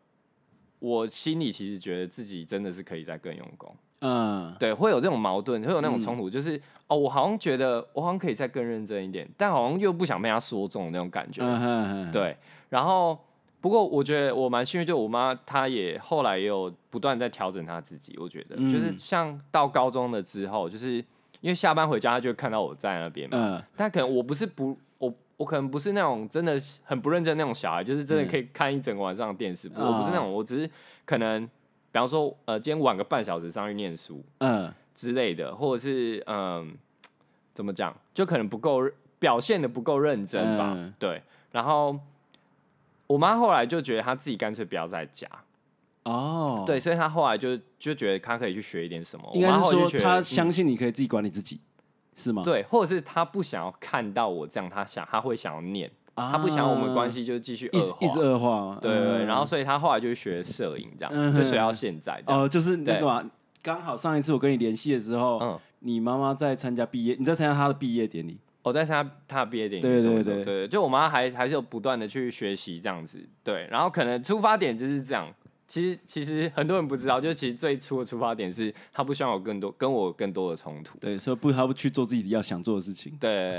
Speaker 1: 我心里其实觉得自己真的是可以再更用功。
Speaker 2: 嗯，
Speaker 1: 对，会有这种矛盾，会有那种冲突，就是哦，我好像觉得我好像可以再更认真一点，但好像又不想被他说中那种感觉。
Speaker 2: 嗯哼哼，
Speaker 1: 对，然后不过我觉得我蛮幸运，就我妈她也后来也有不断在调整她自己。我觉得、就是
Speaker 2: 嗯
Speaker 1: 像到高中了之后，就是因为下班回家，她就会看到我在那边嘛。
Speaker 2: 嗯
Speaker 1: 但可能我不是不我我可能不是那种真的很不认真那种小孩，就是真
Speaker 2: 嗯
Speaker 1: 的可以看一整个晚上的电视。不我不是那
Speaker 2: 哦
Speaker 1: 种，我只是可能比方说呃今天晚个半小时上去念书，
Speaker 2: 嗯
Speaker 1: 之类的，或者是嗯，怎么讲，就可能不够表现的不够认真吧，
Speaker 2: 嗯
Speaker 1: 对。然后我妈后来就觉得她自己干脆不要在家，
Speaker 2: 哦，
Speaker 1: 对，，所以她后来就就觉得她可以去学一点什么。
Speaker 2: 应该
Speaker 1: 我妈
Speaker 2: 是
Speaker 1: 后来就
Speaker 2: 说
Speaker 1: 觉得
Speaker 2: 他
Speaker 1: 嗯
Speaker 2: 相信你可以自己管理自己，是吗？，
Speaker 1: 对，或者是她不想要看到我这样，她想她会想要念，她不想要我们关系就继续
Speaker 2: 啊一
Speaker 1: 恶
Speaker 2: 直一直
Speaker 1: 化。
Speaker 2: 恶化，
Speaker 1: 对对对，
Speaker 2: 嗯
Speaker 1: 然后所以她后来就学摄影，这样、
Speaker 2: 嗯
Speaker 1: 就学到现在这样。
Speaker 2: 哦，就是那个嘛，刚好上一次我跟你联系的时候，
Speaker 1: 嗯，
Speaker 2: 你妈妈在参加毕业，你在参加她的毕业典礼，
Speaker 1: 我在参加他的毕业典礼
Speaker 2: 对
Speaker 1: 什么的，
Speaker 2: 对
Speaker 1: 对
Speaker 2: 对
Speaker 1: 对，就我妈还还是有不断的去学习这样子，对，然后可能出发点就是这样。其实其实很多人不知道，就其实最初的出发点是她不希望有更多跟我有更多的冲突，
Speaker 2: 对，所以不，她不去做自己要想做的事情。
Speaker 1: 对，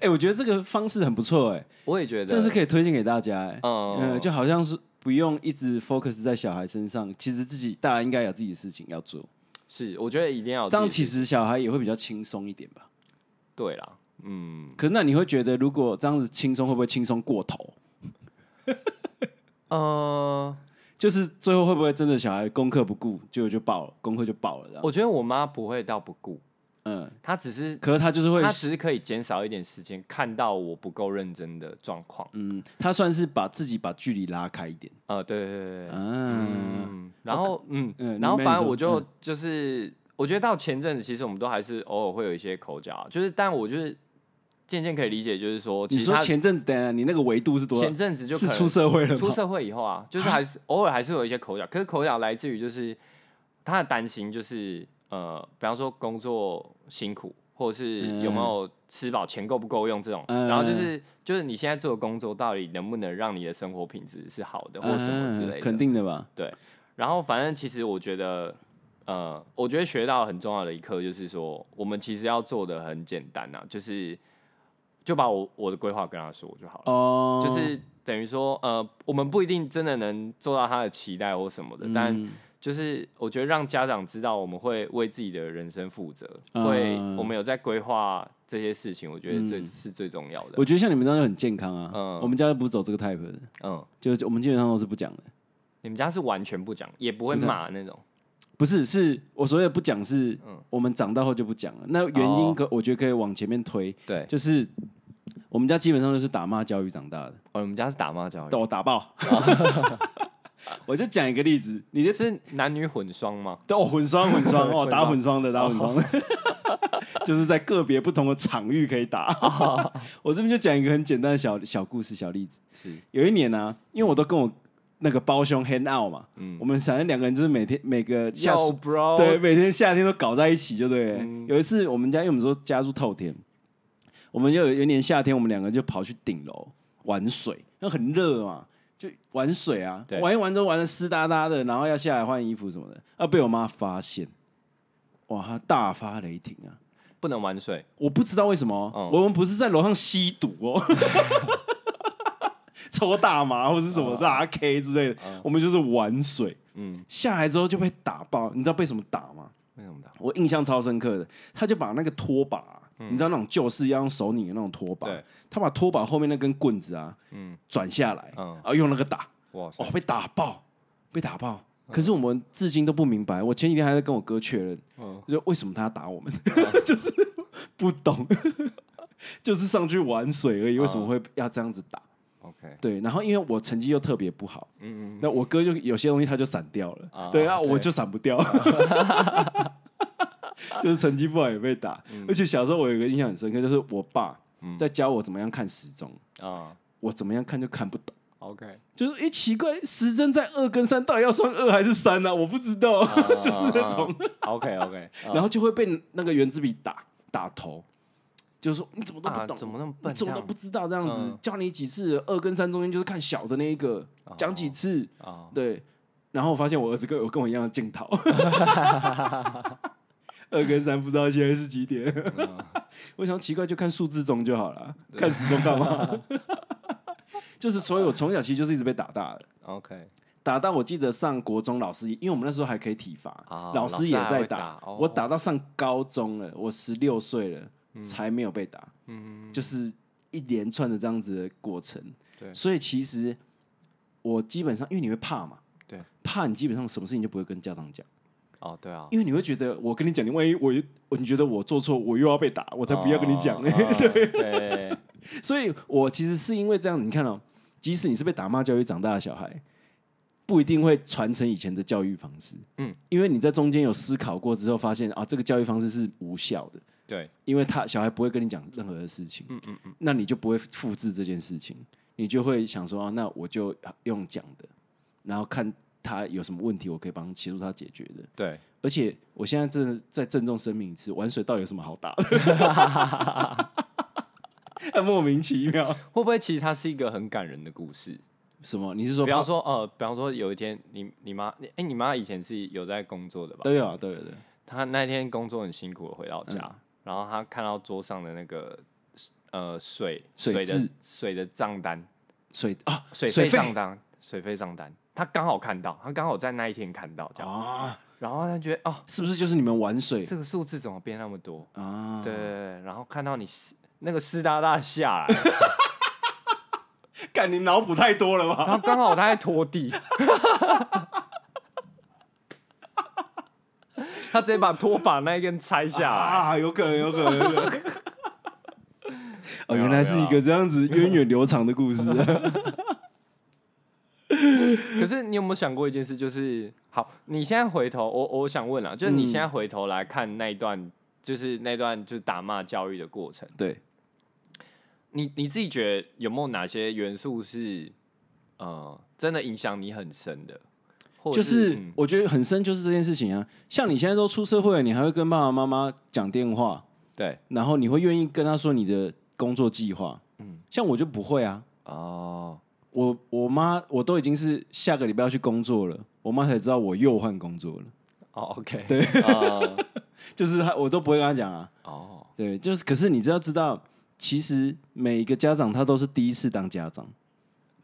Speaker 2: 哎、我觉得这个方式很不错，哎，
Speaker 1: 我也觉得
Speaker 2: 这是可以推荐给大家，哎，
Speaker 1: 嗯
Speaker 2: 嗯、就好像是不用一直 focus 在小孩身上，其实自己大人应该有自己的事情要做，
Speaker 1: 哦是，我觉得一定要有
Speaker 2: 这样
Speaker 1: 自己
Speaker 2: 其
Speaker 1: 的
Speaker 2: 实小孩也会比较轻松一点吧。
Speaker 1: 对啦，嗯
Speaker 2: 可是那你会觉得，如果这样子轻松，会不会轻松过头？
Speaker 1: 呃，
Speaker 2: 就是最后会不会真的小孩功课不顾，结果就爆了，功课就爆了这样？
Speaker 1: 我觉得我妈不会到不顾，
Speaker 2: 嗯，
Speaker 1: 她只是
Speaker 2: 可是他就是会
Speaker 1: 她，只是可以减少一点时间看到我不够认真的状况，
Speaker 2: 嗯，他算是把自己把距离拉开一点。啊
Speaker 1: 呃，对对对对，对
Speaker 2: 嗯，
Speaker 1: 嗯，然后嗯，
Speaker 2: 嗯
Speaker 1: 然后
Speaker 2: 你妹
Speaker 1: 反正
Speaker 2: 说
Speaker 1: 我就就是，我觉得到前阵子，其实我们都还是偶尔会有一些口角啊，就是，但我就是渐渐可以理解，就是说，其
Speaker 2: 你
Speaker 1: 实
Speaker 2: 说
Speaker 1: 他
Speaker 2: 前阵子，等一下你那个维度是多
Speaker 1: 前
Speaker 2: 少？
Speaker 1: 阵子就是可
Speaker 2: 出
Speaker 1: 能
Speaker 2: 社会了
Speaker 1: 出
Speaker 2: 吗？
Speaker 1: 社会以后啊，就是还是偶尔还是有一些口角，可是口角来自于就是他的担心，就是呃，比方说工作辛苦。或者是有没有吃饱，钱够不够用这种，
Speaker 2: 嗯
Speaker 1: 然后就是就是你现在做的工作到底能不能让你的生活品质是好的，或什么之类的，
Speaker 2: 嗯肯定的吧？
Speaker 1: 然后反正其实我觉得，呃，我觉得学到很重要的一课就是说，我们其实要做的很简单呐、啊就是就把我我的规划跟他说就好了，
Speaker 2: 哦，
Speaker 1: 就是等于说，呃，我们不一定真的能做到他的期待或什么的，但
Speaker 2: 嗯
Speaker 1: 就是我觉得让家长知道我们会为自己的人生负责，
Speaker 2: 嗯
Speaker 1: 会我们有在规划这些事情，我觉得最、
Speaker 2: 嗯
Speaker 1: 是最重要的
Speaker 2: 我。觉得像你们这样就很健康啊。
Speaker 1: 嗯
Speaker 2: 我们家不是走这个 type 的，
Speaker 1: 嗯，
Speaker 2: 就是我们基本上都是不讲的。
Speaker 1: 你们家是完全不讲，也不会
Speaker 2: 不是
Speaker 1: 骂那种。
Speaker 2: 不是，是我所谓的不讲是，我们长大后就不讲了。那原
Speaker 1: 嗯哦
Speaker 2: 因可我觉得可以往前面推，
Speaker 1: 对，
Speaker 2: 就是我们家基本上就是打骂教育长大的，
Speaker 1: 哦，你们家是打骂教育，
Speaker 2: 我打爆。
Speaker 1: 哦
Speaker 2: 我就讲一个例子，你就是
Speaker 1: 男女混双吗？
Speaker 2: 哦混双混双 哦
Speaker 1: 混双
Speaker 2: 打混双的打混双的， 就是在个别不同的场域可以打。
Speaker 1: 哦
Speaker 2: 我这边就讲一个很简单的小小故事小例子。
Speaker 1: 是，
Speaker 2: 有一年呢、啊，因为我都跟我那个胞兄 hang out 嘛，
Speaker 1: 嗯
Speaker 2: 我们反正两个人就是每天每个
Speaker 1: 笑
Speaker 2: 下暑
Speaker 1: bro，
Speaker 2: 对，，每天夏天都搞在一起，就对了。
Speaker 1: 嗯
Speaker 2: 有一次我们家，因为我们说家住透天，我们就有有一年夏天，我们两个就跑去顶楼玩水，那很热嘛，就玩水啊
Speaker 1: 对，
Speaker 2: 玩一玩都玩的湿哒哒的，然后要下来换衣服什么的，啊，被我妈发现，哇，她大发雷霆啊！
Speaker 1: 不能玩水，
Speaker 2: 我不知道为什么哦，
Speaker 1: 嗯
Speaker 2: 我们不是在楼上吸毒 哦，抽大麻或是什么拉 K 之类的，我们就是玩水，
Speaker 1: 嗯，
Speaker 2: 下来之后就被打爆，你知道被什么打吗？
Speaker 1: 为什么打？
Speaker 2: 我印象超深刻的，他就把那个拖把啊、你知道那种旧式要用手拧的那种拖把
Speaker 1: 嗯对，
Speaker 2: 他把拖把后面那根棍子啊，
Speaker 1: 嗯
Speaker 2: 转下来，
Speaker 1: 嗯
Speaker 2: 然后用那个打，
Speaker 1: 哇塞，
Speaker 2: 哦，被打爆，被打爆。可是我们至今都不明白，我前几天还在跟我哥确认，
Speaker 1: 嗯
Speaker 2: 就为什么他要打我们，
Speaker 1: 啊
Speaker 2: 就是不懂，就是上去玩水而已，为什么会要这样子打？
Speaker 1: ，OK，
Speaker 2: 对，然后因为我成绩又特别不好，
Speaker 1: 嗯嗯，
Speaker 2: 那我哥就有些东西他就闪掉了，
Speaker 1: 啊
Speaker 2: 对啊，
Speaker 1: 对
Speaker 2: 我就闪不掉， 就是成绩不好也被打。
Speaker 1: 嗯
Speaker 2: 而且小时候我有一个印象很深刻，就是我爸在教我怎么样看时钟，
Speaker 1: 啊
Speaker 2: 我怎么样看就看不懂，
Speaker 1: OK，
Speaker 2: 就是诶、奇怪，时针在二跟三，到底要算二还是三啊呢、我不知道，
Speaker 1: 啊
Speaker 2: 就是那种，
Speaker 1: OK OK，
Speaker 2: 然后就会被那个圆珠笔打打头，就是说你怎么都不
Speaker 1: 啊
Speaker 2: 懂，
Speaker 1: 怎么那么笨
Speaker 2: 你怎么
Speaker 1: 这
Speaker 2: 都
Speaker 1: 样
Speaker 2: 不知道这样子
Speaker 1: 嗯，哦
Speaker 2: 教你几次，二跟三中间就是看小的那一个，讲几次，
Speaker 1: 啊
Speaker 2: 对，然后我发现我儿子跟我跟我一样的镜 头，二跟三不知道现在是几点，
Speaker 1: 嗯
Speaker 2: 我想奇怪就看数字钟就好了，看时钟 干嘛？ 就是所以我从小其实就是一直被打大的，
Speaker 1: OK，
Speaker 2: 打到我记得上国中老师，因为我们那时候还可以体罚，
Speaker 1: 啊
Speaker 2: 老师也
Speaker 1: 老师还
Speaker 2: 在
Speaker 1: 会
Speaker 2: 打，
Speaker 1: 打哦
Speaker 2: 我打到上高中了，我十六岁了、才没有被打，
Speaker 1: 嗯
Speaker 2: 就是一连串的这样子的过程，
Speaker 1: 对
Speaker 2: 所以其实我基本上因为你会怕嘛，
Speaker 1: 对，
Speaker 2: 怕你基本上什么事情就不会跟家长讲，
Speaker 1: 哦对啊，
Speaker 2: 因为你会觉得我跟你讲，你万一我又我你觉得我做错，我又要被打， 我才不要跟你讲呢、
Speaker 1: 哦对对，
Speaker 2: 所以我其实是因为这样，你看哦，即使你是被打骂教育长大的小孩，不一定会传承以前的教育方式。
Speaker 1: 嗯，
Speaker 2: 因为你在中间有思考过之后，发现啊，这个教育方式是无效的，
Speaker 1: 对，
Speaker 2: 因为他小孩不会跟你讲任何的事情。嗯嗯嗯，那你就不会复制这件事情，你就会想说啊，那我就用讲的，然后看他有什么问题，我可以帮协助他解决的。
Speaker 1: 对，
Speaker 2: 而且我现在真的在郑重声明一次，玩水到底有什么好打 的？莫名其妙。
Speaker 1: 会不会其实它是一个很感人的故事？
Speaker 2: 什么？你是说
Speaker 1: 比方
Speaker 2: 怕？
Speaker 1: 说，呃，比方说有一天你你妈，哎、你妈以前是有在工作的吧？
Speaker 2: 都有啊，都有的。
Speaker 1: 她那天工作很辛苦的回到家，
Speaker 2: 嗯
Speaker 1: 然后她看到桌上的那个呃水
Speaker 2: 水
Speaker 1: 的
Speaker 2: 渍
Speaker 1: 水的账单，
Speaker 2: 水啊，
Speaker 1: 水
Speaker 2: 水
Speaker 1: 费
Speaker 2: 费
Speaker 1: 账单，水费账单，她刚好看到，她刚好在那一天看到这样，
Speaker 2: 啊，
Speaker 1: 然后她觉得哦，
Speaker 2: 是不是就是你们玩水
Speaker 1: 这个数字怎么变那么多？
Speaker 2: 啊？
Speaker 1: 对对，对，然后看到你湿那个湿哒哒下来，
Speaker 2: 干你脑补太多了
Speaker 1: 然
Speaker 2: 吧？
Speaker 1: 后刚好她在拖地。 她直接把拖把那一根拆下来，
Speaker 2: 啊，有可能，有可能有可能。 哦，
Speaker 1: 没有啊
Speaker 2: 原来是一个这样子源远流长的故事啊！
Speaker 1: 可是你有没有想过一件事？就是好，你现在回头，我我想问啊，就是你
Speaker 2: 嗯
Speaker 1: 现在回头来看那一段，就是那段就是打骂教育的过程，
Speaker 2: 对，
Speaker 1: 你你自己觉得有没有哪些元素是呃真的影响你很深的？或者
Speaker 2: 就是
Speaker 1: 嗯
Speaker 2: 我觉得很深，就是这件事情啊。像你现在都出社会了，你还会跟爸爸妈妈讲电话，
Speaker 1: 对
Speaker 2: 然后你会愿意跟他说你的工作计划。嗯，像我就不会啊。
Speaker 1: 哦，
Speaker 2: 我我妈我都已经是下个礼拜要去工作了，我妈才知道我又换工作了。
Speaker 1: 哦，OK，对，哦
Speaker 2: 就是他，我都不会跟他讲啊。
Speaker 1: 哦，
Speaker 2: 对，就是，可是你知道，知道，其实每一个家长他都是第一次当家长，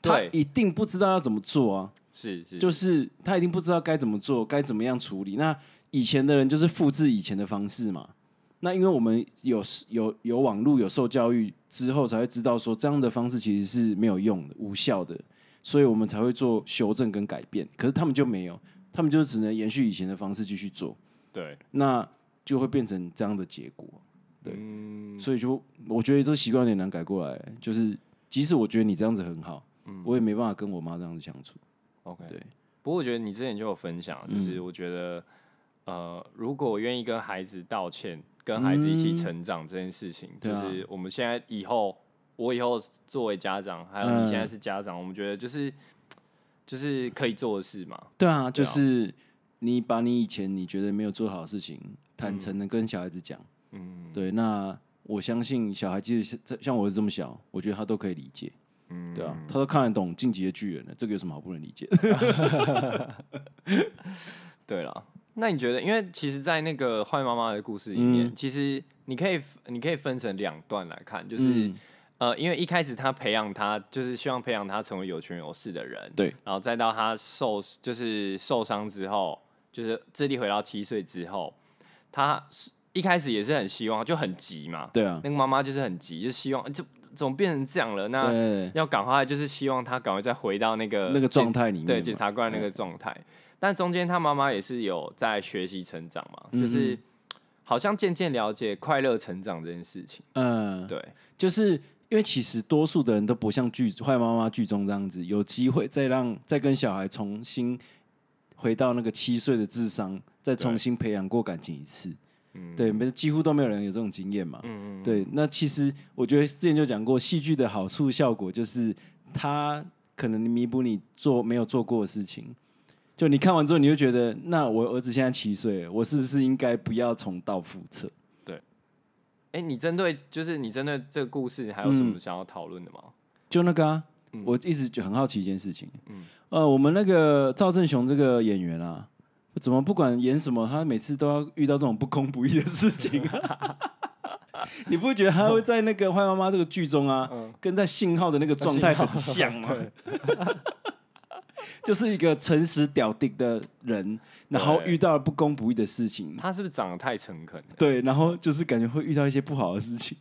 Speaker 2: 他
Speaker 1: 对
Speaker 2: 一定不知道要怎么做啊，
Speaker 1: 是是，
Speaker 2: 就是他一定不知道该怎么做，该怎么样处理。那以前的人就是复制以前的方式嘛。那因为我们有有有网络有受教育之后，才会知道说这样的方式其实是没有用的、无效的，所以我们才会做修正跟改变。可是他们就没有，他们就只能延续以前的方式继续做。
Speaker 1: 对，
Speaker 2: 那就会变成这样的结果。对，所以就我觉得这习惯有点难改过来。就是即使我觉得你这样子很好，我也没办法跟我妈这样子相处。
Speaker 1: OK，
Speaker 2: 对。
Speaker 1: 不过我觉得你之前就有分享，
Speaker 2: 嗯
Speaker 1: 就是我觉得，呃，如果我愿意跟孩子道歉，跟孩子一起成长这件事情，
Speaker 2: 嗯对
Speaker 1: 就
Speaker 2: 啊
Speaker 1: 是我们现在以后，我以后作为家长，还有你
Speaker 2: 嗯
Speaker 1: 现在是家长，我们觉得就是就是可以做的事嘛。
Speaker 2: 对啊，就是你把你以前你觉得没有做好的事情，坦诚的跟小孩子讲。
Speaker 1: 嗯，
Speaker 2: 对，那我相信小孩即使像像我儿子这么小，我觉得他都可以理解。
Speaker 1: 嗯
Speaker 2: 对啊，他都看得懂《进击的巨人》了，这个有什么好不能理解的？
Speaker 1: 对了，那你觉得，因为其实，在那个坏妈妈的故事里
Speaker 2: 嗯
Speaker 1: 面，其实你可以你可以分成两段来看，就是。
Speaker 2: 嗯
Speaker 1: 呃，因为一开始他培养他，就是希望培养他成为有权有势的人，
Speaker 2: 对，
Speaker 1: 然后再到他受就是受伤之后，就是智力回到七岁之后，他是一开始也是很希望，就很急嘛，
Speaker 2: 对啊，
Speaker 1: 那个妈妈就是很急，就希望就怎么变成这样了？那
Speaker 2: 对
Speaker 1: 要赶快，就是希望他赶快再回到那个
Speaker 2: 那个状
Speaker 1: 态，
Speaker 2: 态里面嘛，
Speaker 1: 对检察官那个状态。但中间他妈妈也是有在学习成长嘛，
Speaker 2: 嗯
Speaker 1: 就是好像渐渐了解快乐成长这件事情，
Speaker 2: 嗯，
Speaker 1: 对，
Speaker 2: 就是因为其实多数的人都不像剧《坏妈妈》剧中这样子，有机会再让再跟小孩重新回到那个七岁的智商，再重新培养过感情一次。
Speaker 1: 嗯
Speaker 2: 对，没几乎都没有人有这种经验嘛。
Speaker 1: 嗯嗯，
Speaker 2: 对，那其实我觉得之前就讲过，戏剧的好处效果就是它可能弥补你做没有做过的事情。就你看完之后，你就觉得，那我儿子现在七岁了，我是不是应该不要重蹈覆辙？
Speaker 1: 哎、你针对就是你针对这个故事还有什
Speaker 2: 嗯
Speaker 1: 么想要讨论的吗？
Speaker 2: 就那个啊，
Speaker 1: 嗯
Speaker 2: 我一直就很好奇一件事情，呃，我们那个赵正雄这个演员啊，怎么不管演什么，他每次都要遇到这种不公不义的事情啊？ 你不觉得他会在那个《坏妈妈》这个剧中啊，
Speaker 1: 嗯
Speaker 2: 跟在信号的那个状态很像 吗？ 就是一个诚实屌定的人，然后
Speaker 1: 对
Speaker 2: 遇到了不公不义的事情，
Speaker 1: 他是不是长得太诚恳了？
Speaker 2: 对，然后就是感觉会遇到一些不好的 事情。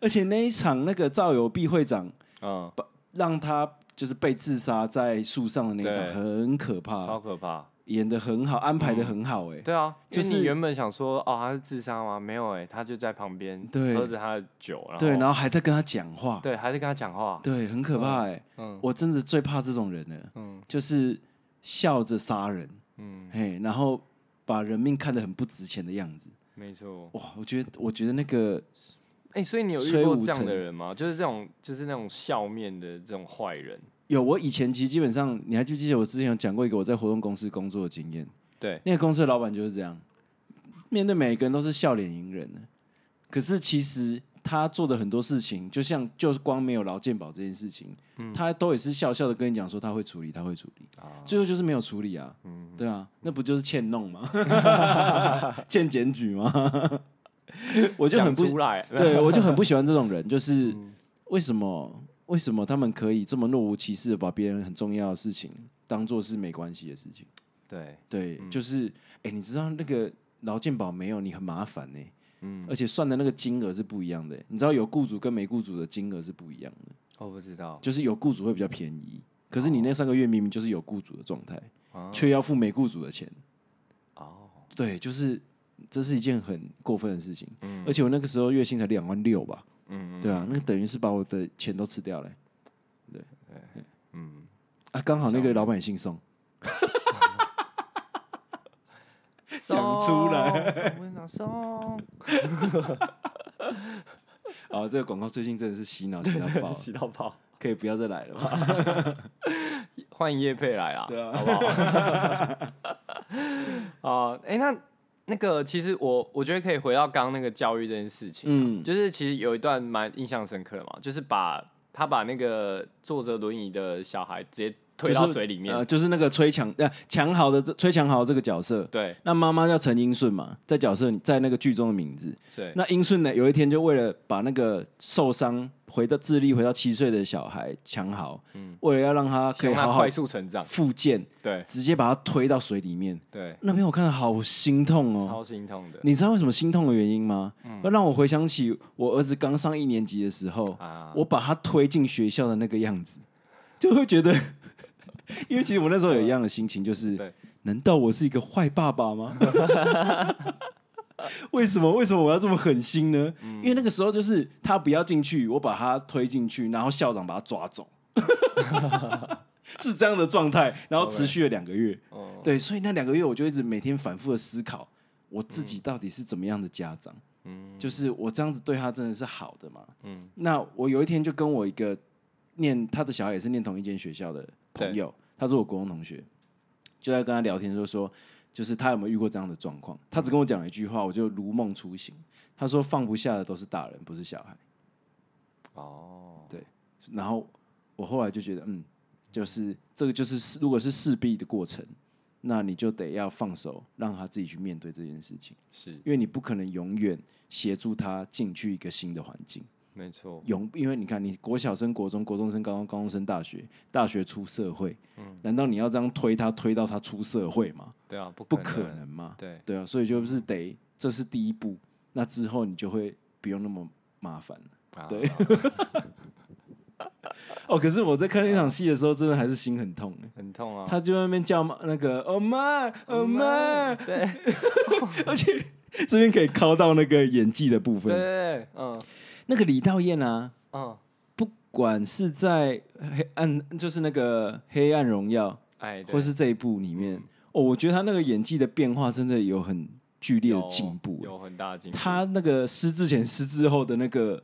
Speaker 2: 而且那一场那个赵友碧会长
Speaker 1: 嗯，
Speaker 2: 让他就是被自杀在树上的那一场
Speaker 1: 对
Speaker 2: 很可怕，
Speaker 1: 超可怕。
Speaker 2: 演的很好，安排的很好、哎、
Speaker 1: 对啊，就
Speaker 2: 就是
Speaker 1: 是你原本想说哦他是自杀吗？没有哎、他就在旁边
Speaker 2: 对
Speaker 1: 喝着他的酒，然后
Speaker 2: 对，然后还在跟他讲话，
Speaker 1: 对还是跟他讲话，
Speaker 2: 对，很可怕、哎、
Speaker 1: 嗯
Speaker 2: 我真的最怕这种人了，
Speaker 1: 嗯
Speaker 2: 就是笑着杀人，
Speaker 1: 嗯，
Speaker 2: 嘿，然后把人命看得很不值钱的样子，
Speaker 1: 没错。
Speaker 2: 哇，我觉得，我觉得那个
Speaker 1: 哎、所以你有遇
Speaker 2: 崔
Speaker 1: 过
Speaker 2: 武
Speaker 1: 这样
Speaker 2: 成
Speaker 1: 的人吗？就是这种就是那种笑面的这种坏人，
Speaker 2: 有，我以前其实基本上，你还记不记得我之前有讲过一个我在活动公司工作的经验？
Speaker 1: 对，
Speaker 2: 那个公司的老板就是这样，面对每个人都是笑脸迎人的，可是其实他做的很多事情，就像就是光没有劳健保这件事情，
Speaker 1: 嗯
Speaker 2: 他都也是笑笑的跟你讲说他会处理，他会处理，
Speaker 1: 啊
Speaker 2: 最后就是没有处理啊，
Speaker 1: 嗯
Speaker 2: 对啊，那不就是欠 弄吗？欠检举吗？ 我就很
Speaker 1: 讲
Speaker 2: 不
Speaker 1: 出嗯来，
Speaker 2: 对，我就很不喜欢这种 人，就是为什么为什么他们可以这么若无其事的把别人很重要的事情当做是没关系的事情？
Speaker 1: 对，
Speaker 2: 对，就是哎、诶你知道那个劳健保没有，你很麻烦呢、嗯，而且算的那个金额是不一样的、你知道有雇主跟没雇主的金额是不一样的，
Speaker 1: 我不知道，
Speaker 2: 就是有雇主会比较便宜，可是你那三个月明明就是有雇主的状态，却要付没雇主的钱。
Speaker 1: 哦，
Speaker 2: 对，就是这是一件很过分的事情。而且我那个时候月薪才两万六吧。嗯对啊，那个等于是把我的钱都吃掉了欸、哎
Speaker 1: 嗯，
Speaker 2: 啊，刚好那个老板也姓宋，讲出
Speaker 1: 来，我 拿送，
Speaker 2: 啊，这个广告最近真的是洗脑洗到爆了，
Speaker 1: 洗到爆，
Speaker 2: 可以不要再来 了吧？
Speaker 1: 欢迎叶佩来啦，
Speaker 2: 对啊
Speaker 1: 好不好？ 啊，哎，那那个其实我我觉得可以回到刚刚那个教育这件事情，
Speaker 2: 嗯，
Speaker 1: 就是其实有一段蛮印象深刻的嘛，就是把他把那个坐着轮椅的小孩直接推到
Speaker 2: 就是
Speaker 1: 水里面，
Speaker 2: 呃，就是那个崔强呃强豪的这崔强豪这个角色，
Speaker 1: 对
Speaker 2: 那妈妈叫陈英顺嘛，在角色里在那个剧中的名字，
Speaker 1: 对，
Speaker 2: 那英顺呢，有一天就为了把那个受伤回到智力回到七岁的小孩强豪，为了要让他可
Speaker 1: 嗯
Speaker 2: 以
Speaker 1: 让他
Speaker 2: 好好
Speaker 1: 快速成长，
Speaker 2: 复健，
Speaker 1: 对
Speaker 2: 直接把他推到水里面。
Speaker 1: 对，
Speaker 2: 那边我看了好心痛哦。
Speaker 1: 超嗯心痛的
Speaker 2: 你知道为什么心痛的原因吗？会让我回想起我儿子刚上一年级的时候，
Speaker 1: 啊，
Speaker 2: 我把他推进学校的那个样子，就会觉得， 因为其实我那时候有一样的心情，就是
Speaker 1: 对
Speaker 2: 难道我是一个坏爸爸吗？ 为什么？为什么我要这么狠心呢？
Speaker 1: 嗯
Speaker 2: 因为那个时候就是他不要进去，我把他推进去，然后校长把他抓走， 是这样的状态，然后持续了两个月。
Speaker 1: 哦
Speaker 2: 对，所以那两个月我就一直每天反复的思考，我自己到底是怎么样的家长。
Speaker 1: 嗯
Speaker 2: 就是我这样子对他真的是好的嘛？
Speaker 1: 嗯
Speaker 2: 那我有一天就跟我一个念他的小孩也是念同一间学校的朋友，他是我国中同学，就在跟他聊天就说，就是他有没有遇过这样的状况？他只跟我讲了一句话，我就如梦初醒。他说放不下的都是大人，不是小孩。
Speaker 1: 哦，
Speaker 2: 然后我后来就觉得，嗯，就是这个就是如果是势必的过程，那你就得要放手，让他自己去面对这件事情，
Speaker 1: 是
Speaker 2: 因为你不可能永远协助他进去一个新的环境。
Speaker 1: 没错，
Speaker 2: 永，因为你看，你国小升国中，国中升高中，高中升大学，大学出社会，难道你要这样推他，推到他出社会吗？
Speaker 1: 对啊，不
Speaker 2: 不
Speaker 1: 不
Speaker 2: 可能嘛，
Speaker 1: 对，
Speaker 2: 对啊，所以就是得，这是第一步，那之后你就会不用那么麻烦了。
Speaker 1: 啊
Speaker 2: 对哦，可是我在看那场戏的时候，真的还是心很痛欸
Speaker 1: 很痛啊，
Speaker 2: 他就在那边叫妈那个哦妈哦妈，
Speaker 1: 对
Speaker 2: 而且这边可以靠到那个演技的部
Speaker 1: 对
Speaker 2: 分，
Speaker 1: 对，嗯
Speaker 2: 那个李道彦啊，
Speaker 1: 嗯，
Speaker 2: 不管是在黑暗，就是那个《黑暗荣耀》，
Speaker 1: 哎，对
Speaker 2: 或是这一部里面，哦，我觉得他那个演技的变化真的有很剧烈的进步。
Speaker 1: 有有很大的进步，
Speaker 2: 他那个失之前
Speaker 1: 嗯
Speaker 2: 失之后的那个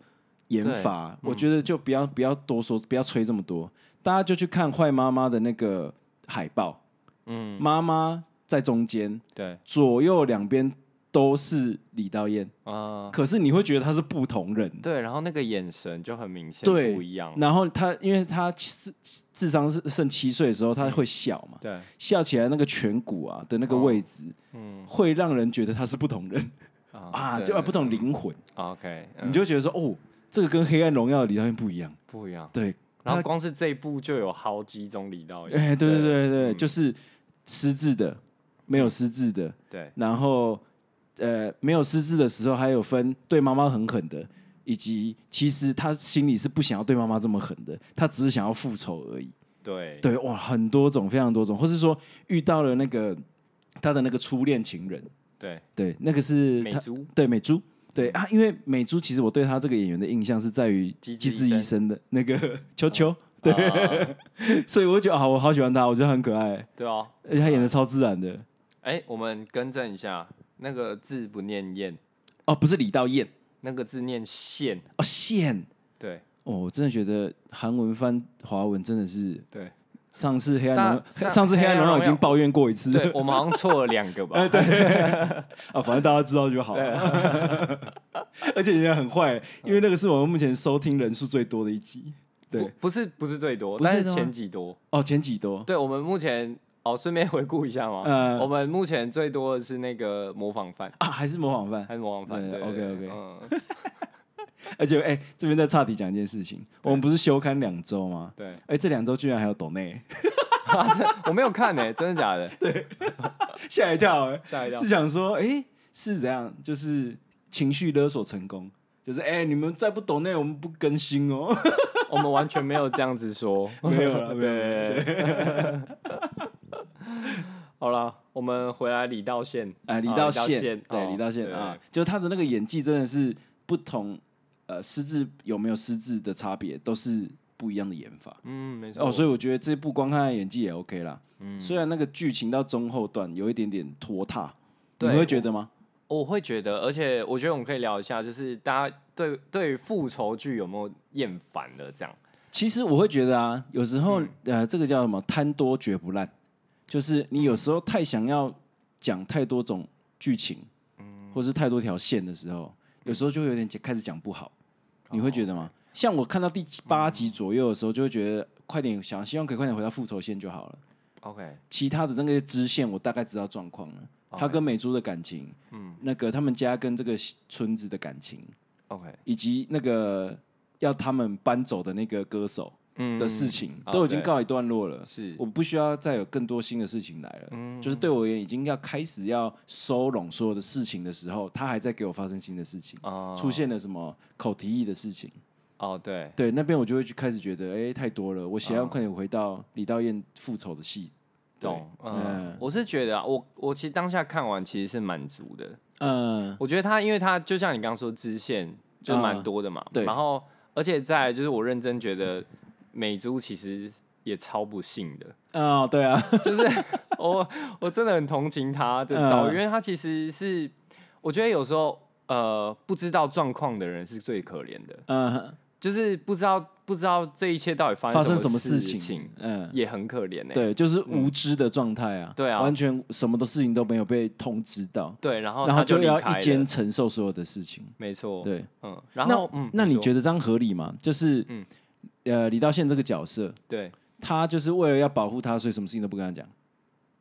Speaker 2: 演法，我觉得就不要不要多说，不要吹这么多。大家就去看坏妈妈的那个海报，嗯，妈妈在中间，
Speaker 1: 对
Speaker 2: 左右两边都是李道彦，
Speaker 1: 啊、
Speaker 2: 可是你会觉得他是不同人，
Speaker 1: 对，然后那个眼神就很明显
Speaker 2: 对
Speaker 1: 不一样，
Speaker 2: 然后他因为他智智商是剩七岁的时候，他
Speaker 1: 嗯
Speaker 2: 会笑嘛，
Speaker 1: 对，
Speaker 2: 笑起来那个颧骨啊的那
Speaker 1: 哦
Speaker 2: 个位置，
Speaker 1: 嗯
Speaker 2: 会让人觉得他是不同人啊，就啊不
Speaker 1: 懂
Speaker 2: 同灵魂，
Speaker 1: ，OK，
Speaker 2: 你
Speaker 1: 嗯，
Speaker 2: 就觉得说哦，这个跟黑暗荣耀的李道彦不一样，
Speaker 1: 不一样。
Speaker 2: 对，
Speaker 1: 然后
Speaker 2: 他
Speaker 1: 光是这一部就有好几种礼道演，
Speaker 2: 哎，对对对对，
Speaker 1: 嗯
Speaker 2: 就是失智的，没有失智的，
Speaker 1: 对，
Speaker 2: 然后呃没有失智的时候，还有分对妈妈很狠的，以及其实他心里是不想要对妈妈这么狠的，他只是想要复仇而已。
Speaker 1: 对，
Speaker 2: 对，哇，很多种，非常多种，或是说遇到了那个他的那个初恋情人，
Speaker 1: 对，
Speaker 2: 对，那个是
Speaker 1: 美
Speaker 2: 他，
Speaker 1: 珠，
Speaker 2: 对美珠，对啊，因为美珠其实我对她这个演员的印象是在于
Speaker 1: 机
Speaker 2: 《
Speaker 1: 智
Speaker 2: 机
Speaker 1: 医
Speaker 2: 智医
Speaker 1: 生哦
Speaker 2: 生》的 那个秋秋，
Speaker 1: 对，
Speaker 2: 所以我就觉得啊，我好喜欢她，我觉得她很可爱，
Speaker 1: 啊对哦。
Speaker 2: 而且她演的超自然的。
Speaker 1: 哎，我们更正一下，那个字不念燕，
Speaker 2: 哦，不是李道彦，
Speaker 1: 那个字念宪，
Speaker 2: 哦宪，
Speaker 1: 对
Speaker 2: 哦，我真的觉得韩文翻华文真的是
Speaker 1: 对
Speaker 2: 上次黑暗
Speaker 1: 大
Speaker 2: 荣耀，
Speaker 1: 上
Speaker 2: 上次黑暗荣耀已
Speaker 1: 黑暗荣
Speaker 2: 经
Speaker 1: 耀
Speaker 2: 抱怨过一次了
Speaker 1: 对，我们好像错了两个吧？对，
Speaker 2: 啊，反正大家知道就好。 而且也很坏，因为那个是我们目前收听人数最多的一集。
Speaker 1: 不
Speaker 2: 对，
Speaker 1: 不是不是最多，
Speaker 2: 不是
Speaker 1: 但
Speaker 2: 的
Speaker 1: 是
Speaker 2: 吗
Speaker 1: 前几多。
Speaker 2: 哦，前几多，
Speaker 1: 对，我们目前哦，顺便回顾一下嘛，
Speaker 2: 呃
Speaker 1: 我们目前最多的是那个模仿犯，
Speaker 2: 啊，还是模仿犯。
Speaker 1: 还是模仿犯？
Speaker 2: 对
Speaker 1: 对对
Speaker 2: OK，OK
Speaker 1: 嗯，
Speaker 2: 而且，哎、这边再岔题讲一件事情，我们不是休刊两周吗？
Speaker 1: 对，
Speaker 2: 哎、这两周居然还有抖内，
Speaker 1: 啊这我没有看呢，真的假的？
Speaker 2: 吓一跳、哎
Speaker 1: 吓一跳
Speaker 2: 是！想说，哎、是怎样？就是情绪勒索成功，就是哎、你们再不抖内，我们不更 新哦。
Speaker 1: 我们完全没有这样子说，
Speaker 2: 没有 啦没有
Speaker 1: 对。 好了，我们回来李道宪，
Speaker 2: 哎，李
Speaker 1: 啊
Speaker 2: 道
Speaker 1: 宪，
Speaker 2: 宪，对，
Speaker 1: 哦
Speaker 2: 李道宪
Speaker 1: 对
Speaker 2: 啊，就他的那个演技真的是不同，呃，失智有没有失智的差别都是不一样的演法。
Speaker 1: 嗯，没错。嗯
Speaker 2: 哦，所
Speaker 1: 以
Speaker 2: 以我觉得这部光看他的演技也 OK 啦。虽然那个剧情到中后段有一点点拖沓，你
Speaker 1: 对
Speaker 2: 会觉得吗？
Speaker 1: 我会觉得，而且我觉得我们可以聊一下，就是大家对对于复仇剧有没有厌烦了？这样，
Speaker 2: 其实我会觉得啊，有时候、呃，这个叫什么贪多绝不烂，就是你有时候太想要讲太多种剧情，或是太多条线的时候，有时候就会有点开始讲不好，你会觉得吗？像我看到第八集左右的时候，就会觉得快点想，希望可以快点回到复仇线就好了。
Speaker 1: OK，
Speaker 2: 其他的那个支线，我大概知道状况了。他跟美珠的感情，嗯，那个他们家跟这个村子的感情，
Speaker 1: OK，
Speaker 2: 以及那个要他们搬走的那个歌手，
Speaker 1: 嗯
Speaker 2: 的事情、
Speaker 1: 啊
Speaker 2: 都已经
Speaker 1: 对
Speaker 2: 告一段落了，
Speaker 1: 是嗯
Speaker 2: 我不需要再有更多新的事情来了。就是对我而言，已经要开始要收拢所有的事情的时候，他还在给我发生新的事情，
Speaker 1: 哦
Speaker 2: 出现了什么口蹄疫的事情。
Speaker 1: 哦，对，
Speaker 2: 对，那边我就会去开始觉得，哎、太多
Speaker 1: 哦
Speaker 2: 了，我想要快点回到李道彦复仇的戏。对
Speaker 1: 懂。嗯
Speaker 2: 嗯，
Speaker 1: 我是觉得啊，我我其实当下看完其实是满足的，
Speaker 2: 嗯，
Speaker 1: 我觉得他，因为他就像你刚刚说支线就是蛮多的嘛，
Speaker 2: 对
Speaker 1: 然后而且再来就是我认真觉得美珠其实也超不幸的，
Speaker 2: 哦，对啊，
Speaker 1: 就是我我真的很同情他的遭遇，
Speaker 2: 嗯
Speaker 1: 因为他其实是我觉得有时候呃不知道状况的人是最可怜的，
Speaker 2: 嗯，
Speaker 1: 就是不知道不知道这一切到底发
Speaker 2: 发生
Speaker 1: 什
Speaker 2: 什么事
Speaker 1: 情，
Speaker 2: 情？嗯，
Speaker 1: 也很可怜呢、欸
Speaker 2: 对，就是无知的状态啊。
Speaker 1: 对啊
Speaker 2: 完全什么的事情都没有被通知到，
Speaker 1: 对，然后
Speaker 2: 然后
Speaker 1: 哦他就离
Speaker 2: 要
Speaker 1: 开
Speaker 2: 一肩承受所有的事情。
Speaker 1: 没错，
Speaker 2: 对，
Speaker 1: 嗯，然
Speaker 2: 那
Speaker 1: 后嗯，
Speaker 2: 那你觉
Speaker 1: 得
Speaker 2: 得这样合理吗？就是，
Speaker 1: 嗯
Speaker 2: 呃，李道宪这个角色，
Speaker 1: 对
Speaker 2: 他就是为了要保护他，所以什么事情都不跟他讲，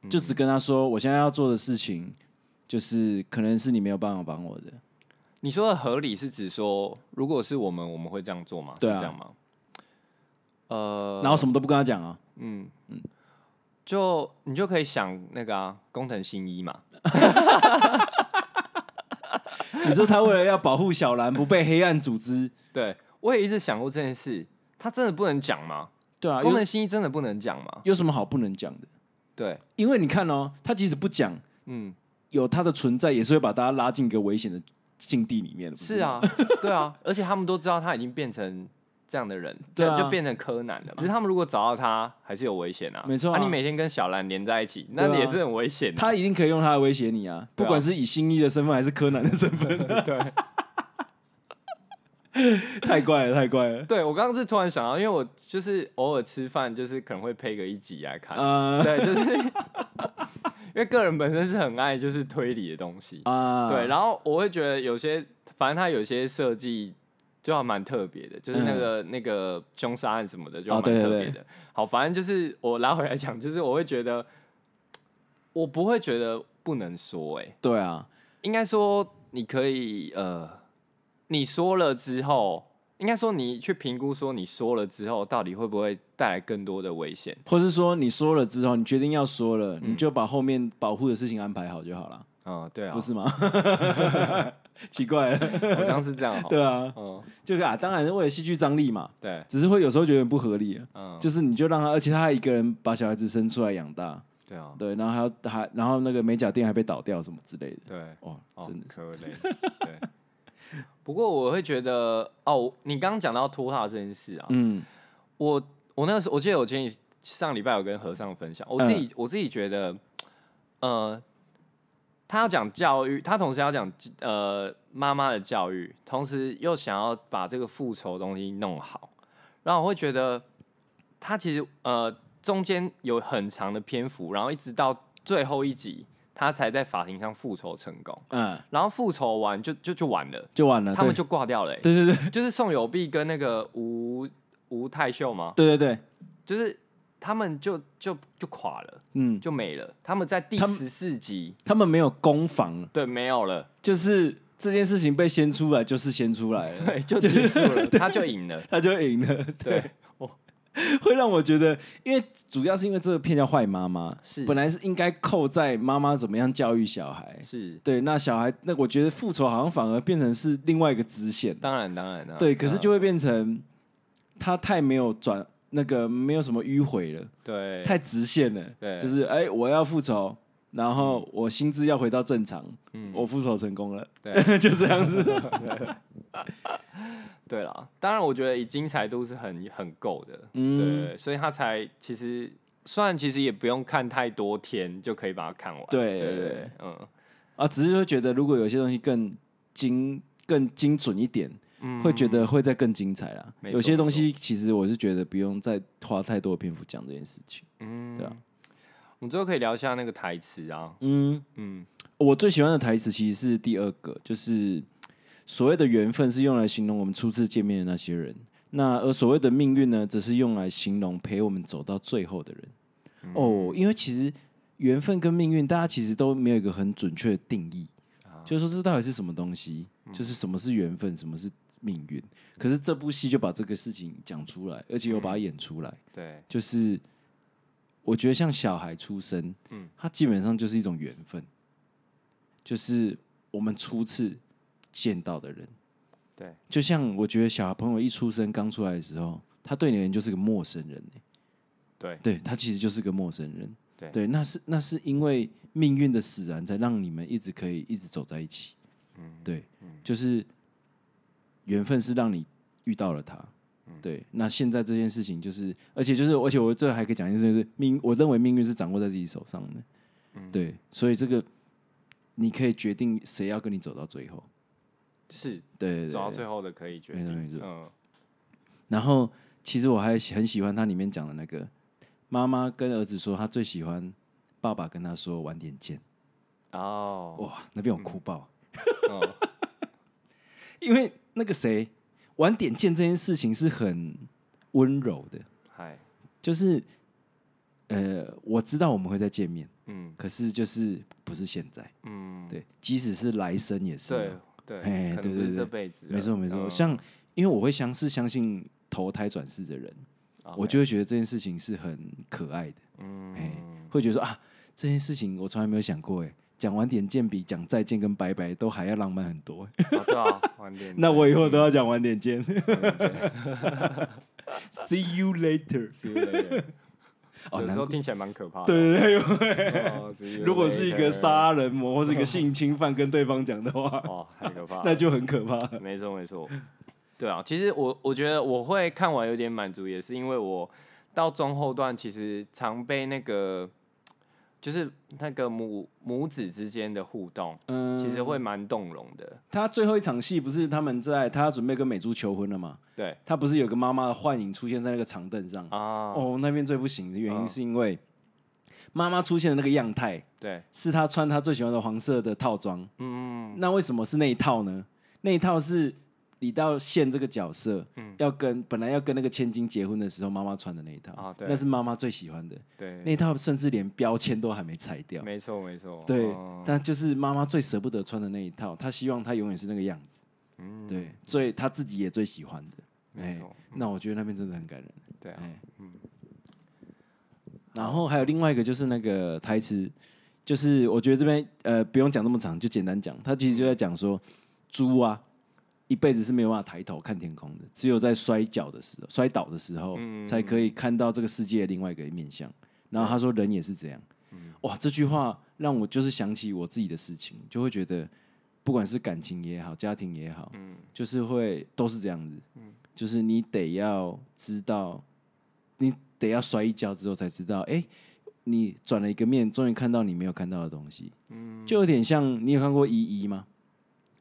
Speaker 1: 嗯
Speaker 2: 就只跟他说，我现在要做的事情，就是可能是你没有办法帮我的。
Speaker 1: 你说的合理是指说，如果是我们，我们会这样做吗？
Speaker 2: 对啊
Speaker 1: 是这样吗？呃，
Speaker 2: 然后什么都不跟他讲 啊，
Speaker 1: 就你就可以想那个啊，工藤新一嘛，
Speaker 2: 你说他为了要保护小兰不被黑暗组织，
Speaker 1: 对我也一直想过这件事，他真的不能讲吗？
Speaker 2: 对 啊，
Speaker 1: 工
Speaker 2: 有
Speaker 1: 藤新一真的不能讲吗？
Speaker 2: 有什么好不能讲的？
Speaker 1: 对，
Speaker 2: 因为你看哦，他即使不讲，
Speaker 1: 嗯，
Speaker 2: 有他的存在也是会把大家拉进一个危险的境地里面的。不
Speaker 1: 是
Speaker 2: 吗，
Speaker 1: 啊，对啊，而且他们都知道他已经变成这样的人，
Speaker 2: 对啊
Speaker 1: 就就变成柯南了嘛。只是他们如果找到他，还是有危险啊。
Speaker 2: 没错啊
Speaker 1: 你每天跟小兰连在一起，
Speaker 2: 对
Speaker 1: 那
Speaker 2: 啊
Speaker 1: 也是很危险的。
Speaker 2: 他一定可以用他来威胁你啊，不
Speaker 1: 对啊
Speaker 2: 管是以新一的身份还是柯南的身份。太怪了，太怪了。
Speaker 1: 对我刚刚是突然想到，因为我就是偶尔吃饭，就是可能会配个一集来看。
Speaker 2: 呃
Speaker 1: 对，就是 因为个人本身是很爱就是推理的东西。
Speaker 2: 啊，
Speaker 1: 对，然后我会觉得有些，反正它有些设计就还蛮特别的，就是那个、那个凶杀案什么的就还
Speaker 2: 嗯哦对
Speaker 1: 蛮特
Speaker 2: 对
Speaker 1: 别的。好，反正就是我拉回来讲，就是我会觉得，我不会觉得不能说、欸，哎，
Speaker 2: 对啊，
Speaker 1: 应该说你可以呃，你说了之后，应该说你去评估说你说了之后到底会不会带来更多的危险
Speaker 2: 或是说你说了之后，你决定要说了，
Speaker 1: 嗯
Speaker 2: 你就把后面保护的事情安排好就好了，
Speaker 1: 啊、嗯？对啊，
Speaker 2: 不是吗？ 奇 怪了，
Speaker 1: 好像是这 样哦。
Speaker 2: 对啊，
Speaker 1: 嗯，
Speaker 2: 就是啊，当然是为了戏剧张力嘛，
Speaker 1: 对，
Speaker 2: 只是会有时候觉得不合理啊，
Speaker 1: 嗯，
Speaker 2: 就是你就让他，而且他还一个人把小孩子生出来养大，
Speaker 1: 对啊，
Speaker 2: 对，然后还要还然后那个美甲店还被倒掉什么之类的，
Speaker 1: 对。
Speaker 2: 哇，
Speaker 1: 哦
Speaker 2: 真的，是，
Speaker 1: 可怜。对， 不过我会觉得，哦，你刚刚讲到拖沓这件事啊，
Speaker 2: 嗯
Speaker 1: 我我那个时候，我记得我前几上礼拜有跟和尚分享，我自
Speaker 2: 嗯
Speaker 1: 己、我自己觉得，呃，他要讲教育，他同时要讲呃妈妈的教育，同时又想要把这个复仇的东西弄好，然后我会觉得他其实呃中间有很长的篇幅，然后一直到最后一集，他才在法庭上复仇成功。
Speaker 2: 嗯，
Speaker 1: 然后复仇完就就就完了，
Speaker 2: 就完了，
Speaker 1: 他们
Speaker 2: 啊对
Speaker 1: 就挂掉了、欸。
Speaker 2: 对对对
Speaker 1: 就是宋有碧跟那个吴吴太秀嘛，
Speaker 2: 对对对，
Speaker 1: 就是他们就就就垮了，
Speaker 2: 嗯，
Speaker 1: 就没了。他们在第
Speaker 2: 他们
Speaker 1: 十四集，
Speaker 2: 他们没有攻防，
Speaker 1: 对，没有了，
Speaker 2: 就是这件事情被先出来就是先出来了，
Speaker 1: 对，就结束了，他就赢了。
Speaker 2: 他就赢了，
Speaker 1: 对，
Speaker 2: 会让我觉得，因为主要是因为这个片叫《坏妈妈》，
Speaker 1: 是
Speaker 2: 本来是应该扣在妈妈怎么样教育小孩，
Speaker 1: 是，
Speaker 2: 对，那小孩那我觉得复仇好像反而变成是另外一个支线，
Speaker 1: 当然当然，当然啊
Speaker 2: 对，可是
Speaker 1: 当
Speaker 2: 就会变成他太没有转那个没有什么迂回了，
Speaker 1: 然对，
Speaker 2: 太直线了，
Speaker 1: 对
Speaker 2: 就是哎、我要复仇。然后我心智要回到正常，
Speaker 1: 嗯
Speaker 2: 我复仇成功了，
Speaker 1: 对
Speaker 2: 就这样子。
Speaker 1: 对啦，当然我觉得以精彩度是很很够的，
Speaker 2: 嗯
Speaker 1: 对，所以他才其实虽然其实也不用看太多天就可以把它看完，
Speaker 2: 对
Speaker 1: 对
Speaker 2: 对
Speaker 1: 对，嗯。
Speaker 2: 啊，只是会觉得如果有些东西更精、更精准一点，
Speaker 1: 嗯
Speaker 2: 会觉得会再更精彩啦。
Speaker 1: 没
Speaker 2: 有
Speaker 1: 错
Speaker 2: 些
Speaker 1: 没
Speaker 2: 东西其实我是觉得不用再花太多的篇幅讲这件事情。
Speaker 1: 嗯，
Speaker 2: 对啊。
Speaker 1: 我们之后可以聊一下那个台词啊，
Speaker 2: 嗯，
Speaker 1: 嗯，
Speaker 2: 我最喜欢的台词其实是第二个，就是所谓的缘分是用来形容我们初次见面的那些人，那而所谓的命运呢，则是用来形容陪我们走到最后的人。哦，因为其实缘分跟命运，大家其实都没有一个很准确的定义，就是说这到底是什么东西，就是什么是缘分，什么是命运。可是这部戏就把这个事情讲出来，而且又把它演出来，
Speaker 1: 对，
Speaker 2: 就是我觉得像小孩出生，嗯
Speaker 1: 嗯，
Speaker 2: 他基本上就是一种缘分，就是我们初次见到的人。
Speaker 1: 对，
Speaker 2: 就像我觉得小朋友一出生刚出来的时候，他对你的人就是个陌生人、欸
Speaker 1: 对，
Speaker 2: 对他其实就是个陌生人。
Speaker 1: 对
Speaker 2: 那是那是因为命运的使然，才让你们一直可以一直走在一起。嗯，对，就是缘分是让你遇到了他。
Speaker 1: 嗯
Speaker 2: 对，那现在这件事情就是，而且就是，而且我这还可以讲一件事，就是命，我认为命运是掌握在自己手上的。
Speaker 1: 嗯
Speaker 2: 对，所以这个你可以决定谁要跟你走到最后。
Speaker 1: 是
Speaker 2: 对对对
Speaker 1: 走到最后的可以决
Speaker 2: 没错没
Speaker 1: 定，
Speaker 2: 错
Speaker 1: 嗯，
Speaker 2: 然后其实我还喜很喜欢他里面讲的那个妈妈跟儿子说，他最喜欢爸爸跟他说晚点见。
Speaker 1: 哦，
Speaker 2: 哇，那边我哭爆，
Speaker 1: 嗯
Speaker 2: 因为那个谁晚点见这件事情是很温柔的，
Speaker 1: 嗨，
Speaker 2: 就是呃，我知道我们会再见面，
Speaker 1: 嗯
Speaker 2: 可是就是不是现在，
Speaker 1: 嗯，
Speaker 2: 对，即使是来生也是
Speaker 1: 对
Speaker 2: 嘛，
Speaker 1: 对，
Speaker 2: 哎
Speaker 1: 可能
Speaker 2: 对
Speaker 1: 不
Speaker 2: 对
Speaker 1: 是这
Speaker 2: 对
Speaker 1: 辈子了，
Speaker 2: 没错没错。
Speaker 1: 嗯
Speaker 2: 像因为我会相是相信投胎转世的人，我
Speaker 1: OK，
Speaker 2: 就会觉得这件事情是很可爱的。哎
Speaker 1: 嗯，
Speaker 2: 会觉得说啊，这件事情我从来没有想过，哎，讲晚点见比讲再见跟拜拜都还要浪漫很多。哎，
Speaker 1: 啊对啊，晚点
Speaker 2: 那我以后
Speaker 1: 嗯
Speaker 2: 都要讲晚点见
Speaker 1: 晚点见
Speaker 2: ，See you later。
Speaker 1: See you later
Speaker 2: 哦，
Speaker 1: 有时
Speaker 2: 难
Speaker 1: 候
Speaker 2: 怪
Speaker 1: 听起来蛮可怕的，
Speaker 2: 对对对，
Speaker 1: 哦，See you
Speaker 2: 如果是一个
Speaker 1: later
Speaker 2: 杀人魔或是一个性侵犯跟对方讲 的话，
Speaker 1: 哦，太可怕了，
Speaker 2: 那就很可怕了。
Speaker 1: 没错没错，对啊，其实我我觉得我会看完有点满足，也是因为我到中后段其实常被那个就是那个母母子之间的互动，
Speaker 2: 嗯，
Speaker 1: 其实会蛮动容的。
Speaker 2: 他最后一场戏不是他们在他准备跟美珠求婚了吗？
Speaker 1: 对
Speaker 2: 他不是有个妈妈的幻影出现在那个长凳上？
Speaker 1: 啊，
Speaker 2: 哦，那边最不行的原因
Speaker 1: 嗯
Speaker 2: 是因为妈妈出现的那个样态
Speaker 1: 对，
Speaker 2: 是她穿她最喜欢的黄色的套装。
Speaker 1: 嗯，
Speaker 2: 那为什么是那一套呢？那一套是李道宪这个角色，
Speaker 1: 嗯
Speaker 2: 要跟本来要跟那个千金结婚的时候，妈妈穿的那一套
Speaker 1: 啊对
Speaker 2: 那是妈妈最喜欢的那
Speaker 1: 对，
Speaker 2: 一套，甚至连标签都还没拆掉。
Speaker 1: 没错没错，
Speaker 2: 对
Speaker 1: 哦，
Speaker 2: 但就是妈妈最舍不得穿的那一套，她希望她永远是那个样子。
Speaker 1: 嗯
Speaker 2: 对，最她自己也最喜欢的。
Speaker 1: 没
Speaker 2: 哎
Speaker 1: 错，
Speaker 2: 那我觉得那边真的很感人。
Speaker 1: 对啊，
Speaker 2: 哎，然后还有另外一个就是那个台词，就是我觉得这边呃不用讲那么长，就简单讲，他其实就在讲说，猪啊一辈子是没有办法抬头看天空的，只有在摔跤的时候、摔倒的时候，才可以看到这个世界的另外一个面相。然后他说人也是这样，哇，这句话让我就是想起我自己的事情，就会觉得不管是感情也好，家庭也好，就是会都是这样子，就是你得要知道，你得要摔一跤之后才知道，哎、你转了一个面，终于看到你没有看到的东西，就有点像你有看过《一一》吗？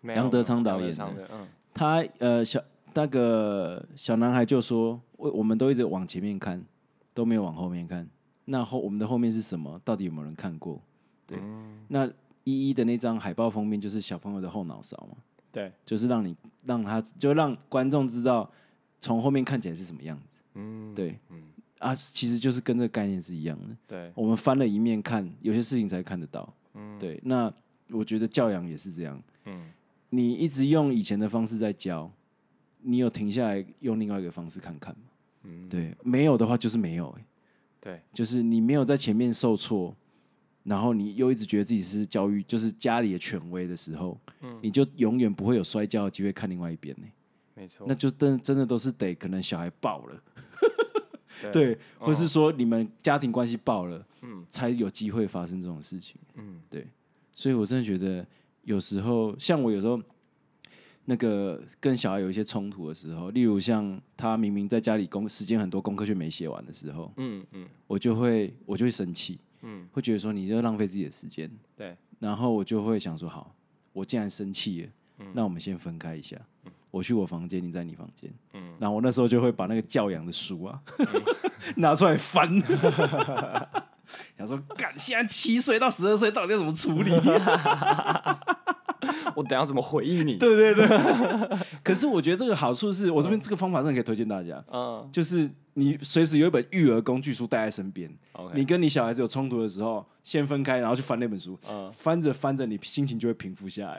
Speaker 1: 没
Speaker 2: 杨
Speaker 1: 有
Speaker 2: 德
Speaker 1: 没有
Speaker 2: 昌导
Speaker 1: 杨德
Speaker 2: 演
Speaker 1: 昌
Speaker 2: 的
Speaker 1: 的，嗯，
Speaker 2: 他呃小那个小男孩就说，我我们都一直往前面看，都没有往后面看，那后我们的后面是什么？到底有没有人看过？对，那一一的那张海报封面就是小朋友的后脑勺嘛，
Speaker 1: 对，
Speaker 2: 就是让你让他就让观众知道从后面看起来是什么样子。嗯，对，嗯啊，其实就是跟这个概念是一样的。
Speaker 1: 对，
Speaker 2: 我们翻了一面看，有些事情才看得到。嗯，对。那我觉得教养也是这样。
Speaker 1: 嗯，
Speaker 2: 你一直用以前的方式在教，你有停下来用另外一个方式看看吗？嗯，对，没有的话就是没有、欸
Speaker 1: 对，
Speaker 2: 就是你没有在前面受挫，然后你又一直觉得自己是教育就是家里的权威的时候，
Speaker 1: 嗯
Speaker 2: 你就永远不会有摔跤的机会看另外一边欸呢、
Speaker 1: 没错
Speaker 2: 那，就真真的都是得可能小孩爆了，
Speaker 1: 对哦
Speaker 2: 对，或是说你们家庭关系爆了，嗯，才有机会发生这种事情，嗯，对，所以我真的觉得有时候像我有时候。那个跟小孩有一些冲突的时候，例如像他明明在家里功时间很多，功课却没写完的时候，
Speaker 1: 嗯嗯，
Speaker 2: 我就会我就会生气，嗯，会觉得说你就浪费自己的时间，
Speaker 1: 对，
Speaker 2: 然后我就会想说，好，我既然生气了，那我们先分开一下，我去我房间，你在你房间，嗯，然后我那时候就会把那个教养的书啊、 拿出来翻， 想说，干，现在七岁到十二岁到底要怎么处理？
Speaker 1: 我等一下怎么回应你？
Speaker 2: 对 对对，可是我觉得这个好处是我这边这个方法真的可以推荐大家，
Speaker 1: 嗯
Speaker 2: 就是你随时有一本育儿工具书带在身边，
Speaker 1: ，OK，
Speaker 2: 你跟你小孩子有冲突的时候，先分开，然后去翻那本书，
Speaker 1: 嗯
Speaker 2: 翻着翻着，你心情就会平复下来，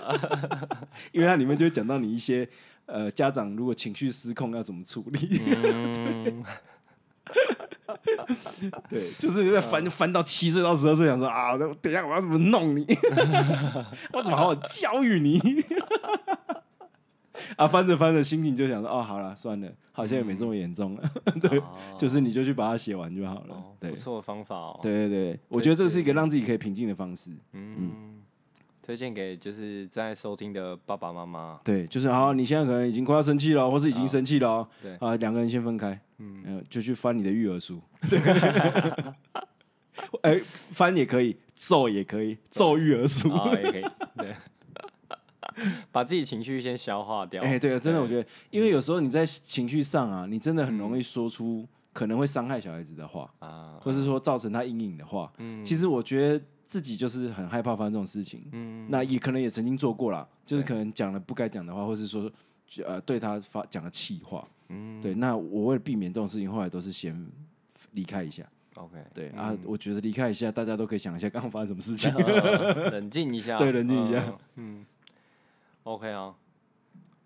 Speaker 1: 啊
Speaker 2: 因为它里面就会讲到你一些呃，家长如果情绪失控要怎么处理，
Speaker 1: 嗯，
Speaker 2: 对，就是在翻翻到七岁到十二岁，想说啊，那等一下我要怎么弄你， 我怎么好好教育你。 啊，翻着翻着，心情就想说，哦，好了，算了，好像也没这么严重了， 对，就是你就去把它写完就好了，
Speaker 1: 哦
Speaker 2: 对
Speaker 1: 不，错的方法哦，
Speaker 2: 对对对，我觉得这是一个让自己可以平静的方式，
Speaker 1: 嗯，推荐给就是在收听的爸爸妈妈，
Speaker 2: 对，就是好，你现在可能已经快要生气了，或是已经生气了哦，
Speaker 1: 对
Speaker 2: 啊，两个人先分开，嗯、就去翻你的育儿 书，哎、翻也可以，咒也可以，咒育儿书，
Speaker 1: 啊，也可以，对， 把自己情绪先消化掉，
Speaker 2: 哎、对啊，真的，我觉得，因为有时候你在情绪上啊，你真的很容易说出可能会伤害小孩子的话，
Speaker 1: 啊，
Speaker 2: 或是说造成他阴影的话，其实我觉得。自己就是很害怕发生这种事情，那也可能也曾经做过啦，就是可能讲了不该讲的话，或是说呃对他发讲了气话，对，那我为了避免这种事情，后来都是先离开一下，
Speaker 1: OK，
Speaker 2: 对、啊，我觉得离开一下，大家都可以想一下刚刚发生什么事 情，
Speaker 1: 呃冷静一下，
Speaker 2: 对冷静一下
Speaker 1: 嗯，嗯，OK 啊，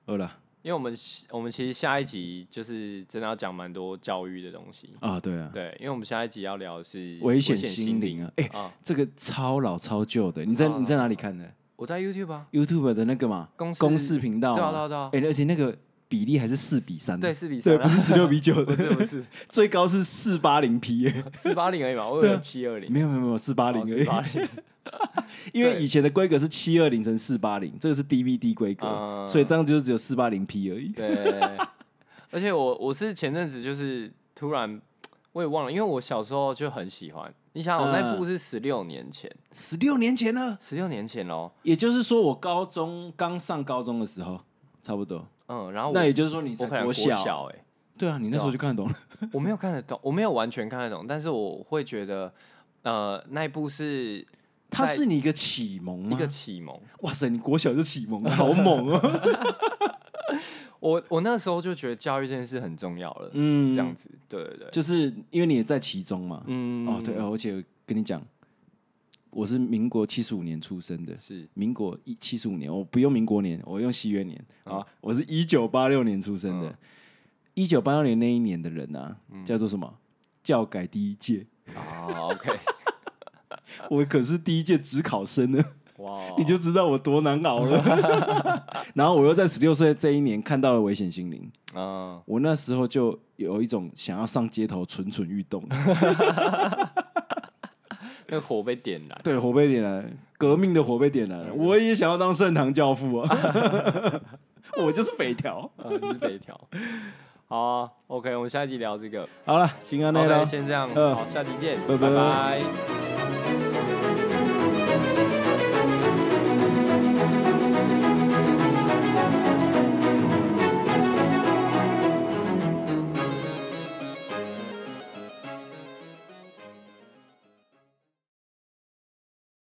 Speaker 2: 好 了
Speaker 1: 因为我们我们其实下一集就是真的要讲蛮多教育的东西，
Speaker 2: 啊，对啊，
Speaker 1: 对，因为我们下一集要聊的是
Speaker 2: 危
Speaker 1: 险
Speaker 2: 险心灵
Speaker 1: 灵
Speaker 2: 啊，哎、啊
Speaker 1: 啊，
Speaker 2: 这个超老超旧的，你在你在哪里看的
Speaker 1: 我在 YouTube 啊，
Speaker 2: ？YouTube 的那个嘛，
Speaker 1: 公式
Speaker 2: 公式频道
Speaker 1: 对啊
Speaker 2: 嘛，
Speaker 1: 对啊对啊
Speaker 2: 哎、而且那个比例还是四比三，
Speaker 1: 对，四比
Speaker 2: 对，
Speaker 1: 三
Speaker 2: 不
Speaker 1: 啊，
Speaker 2: 是十六比九
Speaker 1: 不
Speaker 2: 的，
Speaker 1: 是不 是
Speaker 2: 最高是四八零 P，耶
Speaker 1: 四八零而已嘛，我
Speaker 2: 对
Speaker 1: 有
Speaker 2: 啊
Speaker 1: 七二零，哦
Speaker 2: 没有没有没有四八零而
Speaker 1: 四
Speaker 2: 已，
Speaker 1: 八零，
Speaker 2: 因为
Speaker 1: 对
Speaker 2: 以前的规格是七二零乘四八零，这个是 DVD 规格，
Speaker 1: 嗯
Speaker 2: 所以这样就是只有四八零 P 而已。
Speaker 1: 对，而且我我是前阵子就是突然我也忘了，因为我小时候就很喜欢，你想，我那
Speaker 2: 嗯
Speaker 1: 部是十六年前，
Speaker 2: 十六年前了，
Speaker 1: 十六年前喽，
Speaker 2: 也就是说我高中刚上高中的时候，差不多。
Speaker 1: 嗯，然后
Speaker 2: 那
Speaker 1: 我
Speaker 2: 也就是说你
Speaker 1: 我
Speaker 2: 才
Speaker 1: 可能国
Speaker 2: 小，
Speaker 1: 小哎、
Speaker 2: 对啊，你那时候就看得懂了。
Speaker 1: 我没有看得懂，我没有完全看得懂，但是我会觉得，呃，那一部是
Speaker 2: 它是你一个启蒙
Speaker 1: 一
Speaker 2: 吗
Speaker 1: 个？启蒙。
Speaker 2: 哇塞，你国小就启 蒙了，好猛哦！
Speaker 1: 我我那时候就觉得教育这件事很重要了，
Speaker 2: 嗯
Speaker 1: 这样子，对对对，
Speaker 2: 就是因为你也在其中嘛。
Speaker 1: 嗯
Speaker 2: 哦，对，哦而且跟你讲，我是民国七十五年出生的，
Speaker 1: 是
Speaker 2: 民国一七十五年，我不用民国年，我用西元年
Speaker 1: 嗯
Speaker 2: 啊、我是一九八六年出生的，一九八六年那一年的人啊，
Speaker 1: 嗯
Speaker 2: 叫做什么？教改第一届，
Speaker 1: 啊，OK， 啊
Speaker 2: 我可是第一届只考生呢，
Speaker 1: 哇，哦
Speaker 2: 你就知道我多难熬了。 然后我又在十六岁这一年看到了《危险心灵》，
Speaker 1: 嗯，
Speaker 2: 我那时候就有一种想要上街头蠢蠢欲动，
Speaker 1: 那个火被点燃，
Speaker 2: 对，火被点燃，革命的火被点燃，我也想要当盛唐教父啊， 我就是北条。
Speaker 1: 嗯，你是北条。好啊，OK，我们下一集聊这个。
Speaker 2: 好了，行啊，那
Speaker 1: OK，
Speaker 2: 了。
Speaker 1: 先这样，
Speaker 2: 嗯
Speaker 1: 好，下集见，
Speaker 2: 拜拜
Speaker 1: 拜